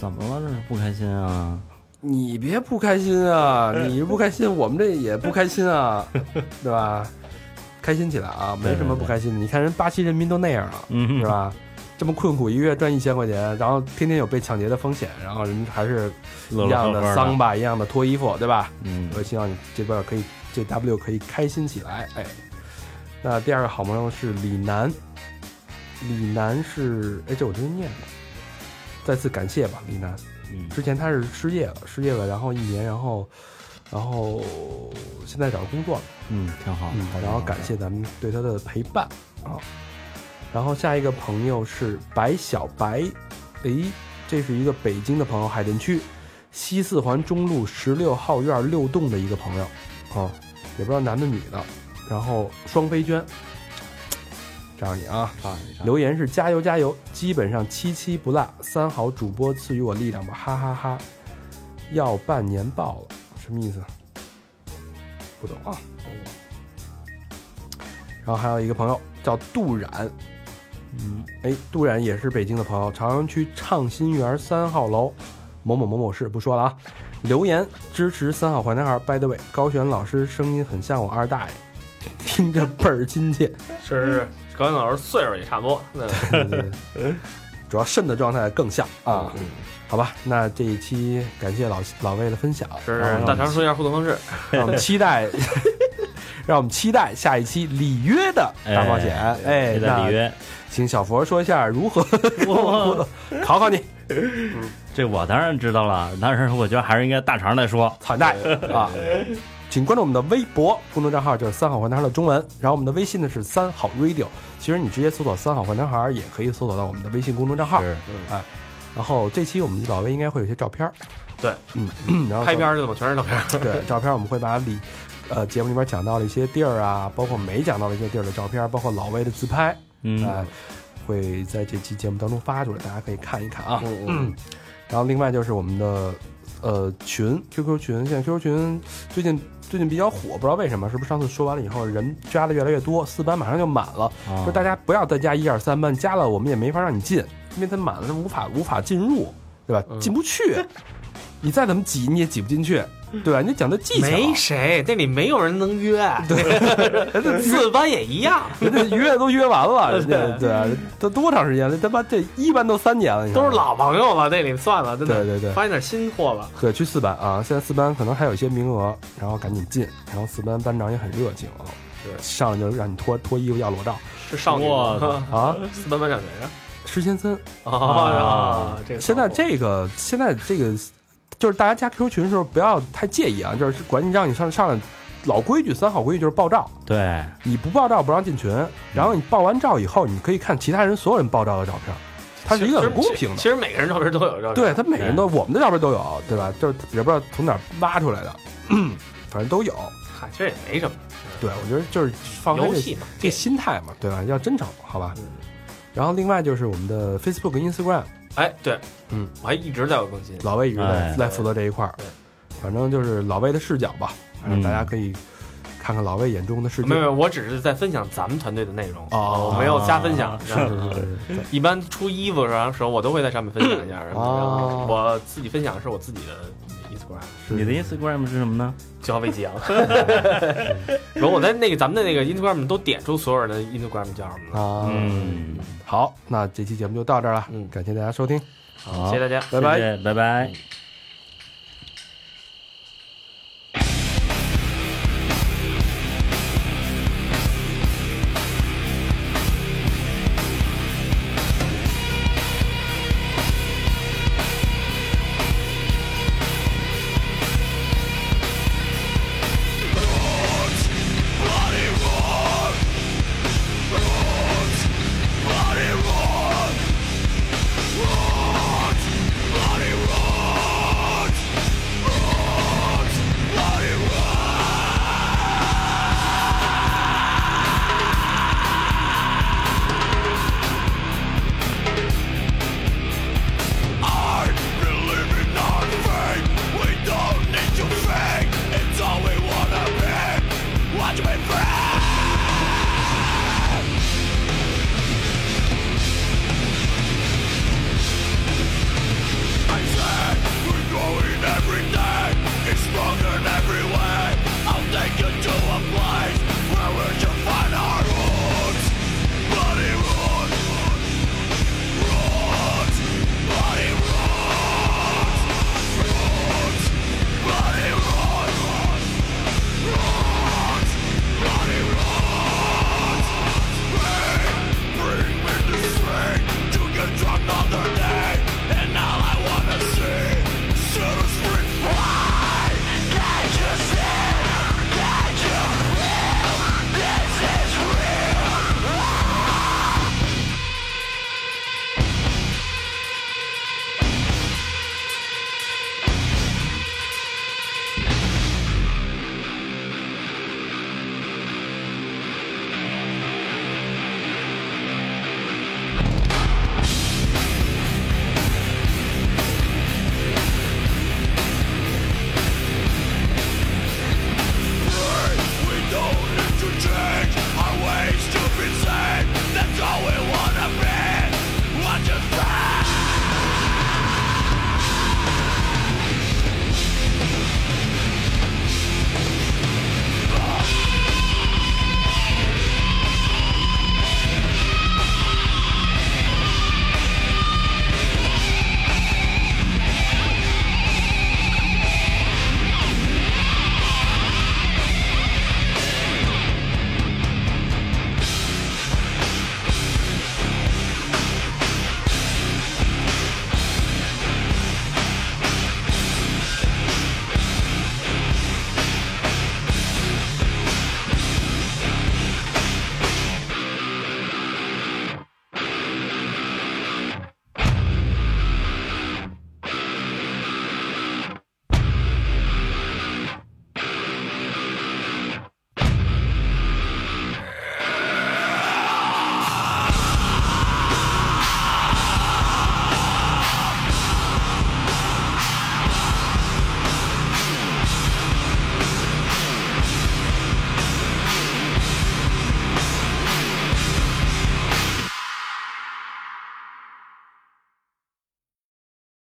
S4: 怎么了？这是不开心啊？
S2: 你别不开心啊！你不开心，我们这也不开心 啊，对吧？开心起来啊，没什么不开心的。你看人巴西人民都那样了，
S4: 嗯，
S2: 是？吧？这么困苦，一个月赚一千块钱，然后天天有被抢劫的风险，然后人还是
S4: 乐
S2: 一
S4: 乐
S2: 样的
S4: 呵呵
S2: 桑，巴，一样的脱衣服，对吧？
S4: 嗯
S2: 我希望你这边可以这 W 可以开心起来，哎。那第二个好朋友是李楠，李楠是哎，这我真念了，再次感谢吧，李楠。
S4: 嗯，
S2: 之前他是失业了，失业了，然后一年，然后，然后现在找到工作了。
S4: 嗯，挺好
S2: 嗯，，然后感谢咱们对他的陪伴啊。然后下一个朋友是白小白，诶，这是一个北京的朋友，海淀区西四环中路十六号院六栋的一个朋友啊，也不知道男的女的，然后双飞娟，这样你啊，
S4: 好，
S2: 留言是加油加油，基本上七七不落。三好主播赐予我力量吧，哈哈哈要办年报了，什么意思？不懂啊。然后还有一个朋友叫杜冉，
S4: 嗯，
S2: 哎，杜冉也是北京的朋友，朝阳区畅心园三号楼某某某某室，不说了啊。留言支持三好坏男孩。By the way，高璇老师声音很像我二大爷，听着倍儿亲切。
S3: 是是高岩老师岁数也差不多， 那
S2: 对对对主要肾的状态更像啊。好吧，那这一期感谢老老魏的分享，
S3: 是
S2: 然后
S3: 大肠说一下互动方式，
S2: 让我们期待， 让我们期待下一期里约的大冒险。哎，
S4: 谢在
S2: 那
S4: 里约，
S2: 请小佛说一下如何考考你，
S4: 这我当然知道了，但是我觉得还是应该大肠来说，
S2: 草带啊。请关注我们的微博公众账号，就是“三好坏男孩”的中文，然后我们的微信呢是“三好 radio”。其实你直接搜索“三好坏男孩”也可以搜索到我们的微信公众账号。
S4: 是
S2: 然后这期我们老魏应该会有一些照片儿，
S3: 对，
S2: 嗯，然后
S3: 拍片儿去了嘛，全是照片儿。
S2: 对照片儿我们会把里呃节目里边讲到的一些地儿啊，包括没讲到的一些地儿的照片儿，包括老魏的自拍，
S4: 嗯，
S2: 哎会在这期节目当中发出来，大家可以看一看啊。
S3: 嗯嗯，
S2: 然后另外就是我们的呃群 QQ 群，现在 QQ 群最近最近比较火，不知道为什么，是不是上次说完了以后人加的越来越多，四班马上就满了，
S4: 啊
S2: 说大家不要再加一二三班，加了我们也没法让你进，因为它满了，它无法无法进入，对吧？进不去，你再怎么挤你也挤不进去，对吧？你得讲究技巧，
S5: 没谁，那里没有人能 约， 四班也一样，
S2: 人家约都约 完了，人家对，都多长时间了？他妈这一班都三年了，你看
S5: 都是老朋友了，那里算了，真
S2: 对
S5: 的
S2: 嗯对对
S5: 发现点新货了。
S2: 对，去四班啊，现在四班可能还有一些名额，然后赶紧进，然后四班班长也很热情啊，上来就让你脱脱衣服要裸照
S5: 是少女
S4: 我
S5: 吗？
S2: 啊，
S5: 四班班长谁啊？
S2: 施先森
S5: 哦，这个
S2: 现在这个现在这个就是大家加 QQ 群的时候不要太介意啊，就是管你让你上上来，老规矩三好规矩就是爆照，
S4: 对，
S2: 你不爆照不让进群，然后你爆完照以后，你可以看其他人所有人爆照的照片，它是一个很公平
S3: 其
S2: 的。
S3: 实每个人照片都有照片，
S2: 对，它每个人
S3: 哎
S2: 都，我们的照片都有，对吧？就是也不知道从哪儿挖出来的， 反正都有。
S3: 嗨，其实也没什么，
S2: 对，我觉得就是放开
S3: 嗯游
S2: 这
S3: 戏嗯嘛，
S2: 这心态嘛，对吧？要真诚，好吧。然后另外就是我们的 Facebook 跟 Instagram，
S3: 哎，对，
S2: 嗯，
S3: 我还一直在有更新，
S2: 老魏一直在
S4: 哎
S2: 在负责这一块儿
S3: 对，
S2: 反正就是老魏的视角吧，反正
S4: 嗯
S2: 大家可以看看老魏眼中的世界
S3: 没有，没。有，我只是在分享咱们团队的内容，
S2: 哦
S3: 我没有加分享
S4: 啊。
S3: 是吧一般出衣服的时候，我都会在上面分享一下。然后
S2: 哦
S3: 我自己分享的是我自己的 Instagram，
S4: 你的 Instagram 是什么呢？
S3: 叫魏吉阳。 然后我在那个咱们的那个 Instagram 都点出所有人的 Instagram 叫什么了。
S2: 啊，
S4: 嗯，
S2: 好，那这期节目就到这儿了
S3: 嗯，
S2: 感谢大家收听。
S4: 好，
S3: 谢谢大家。
S2: 拜拜
S4: 谢谢，拜拜。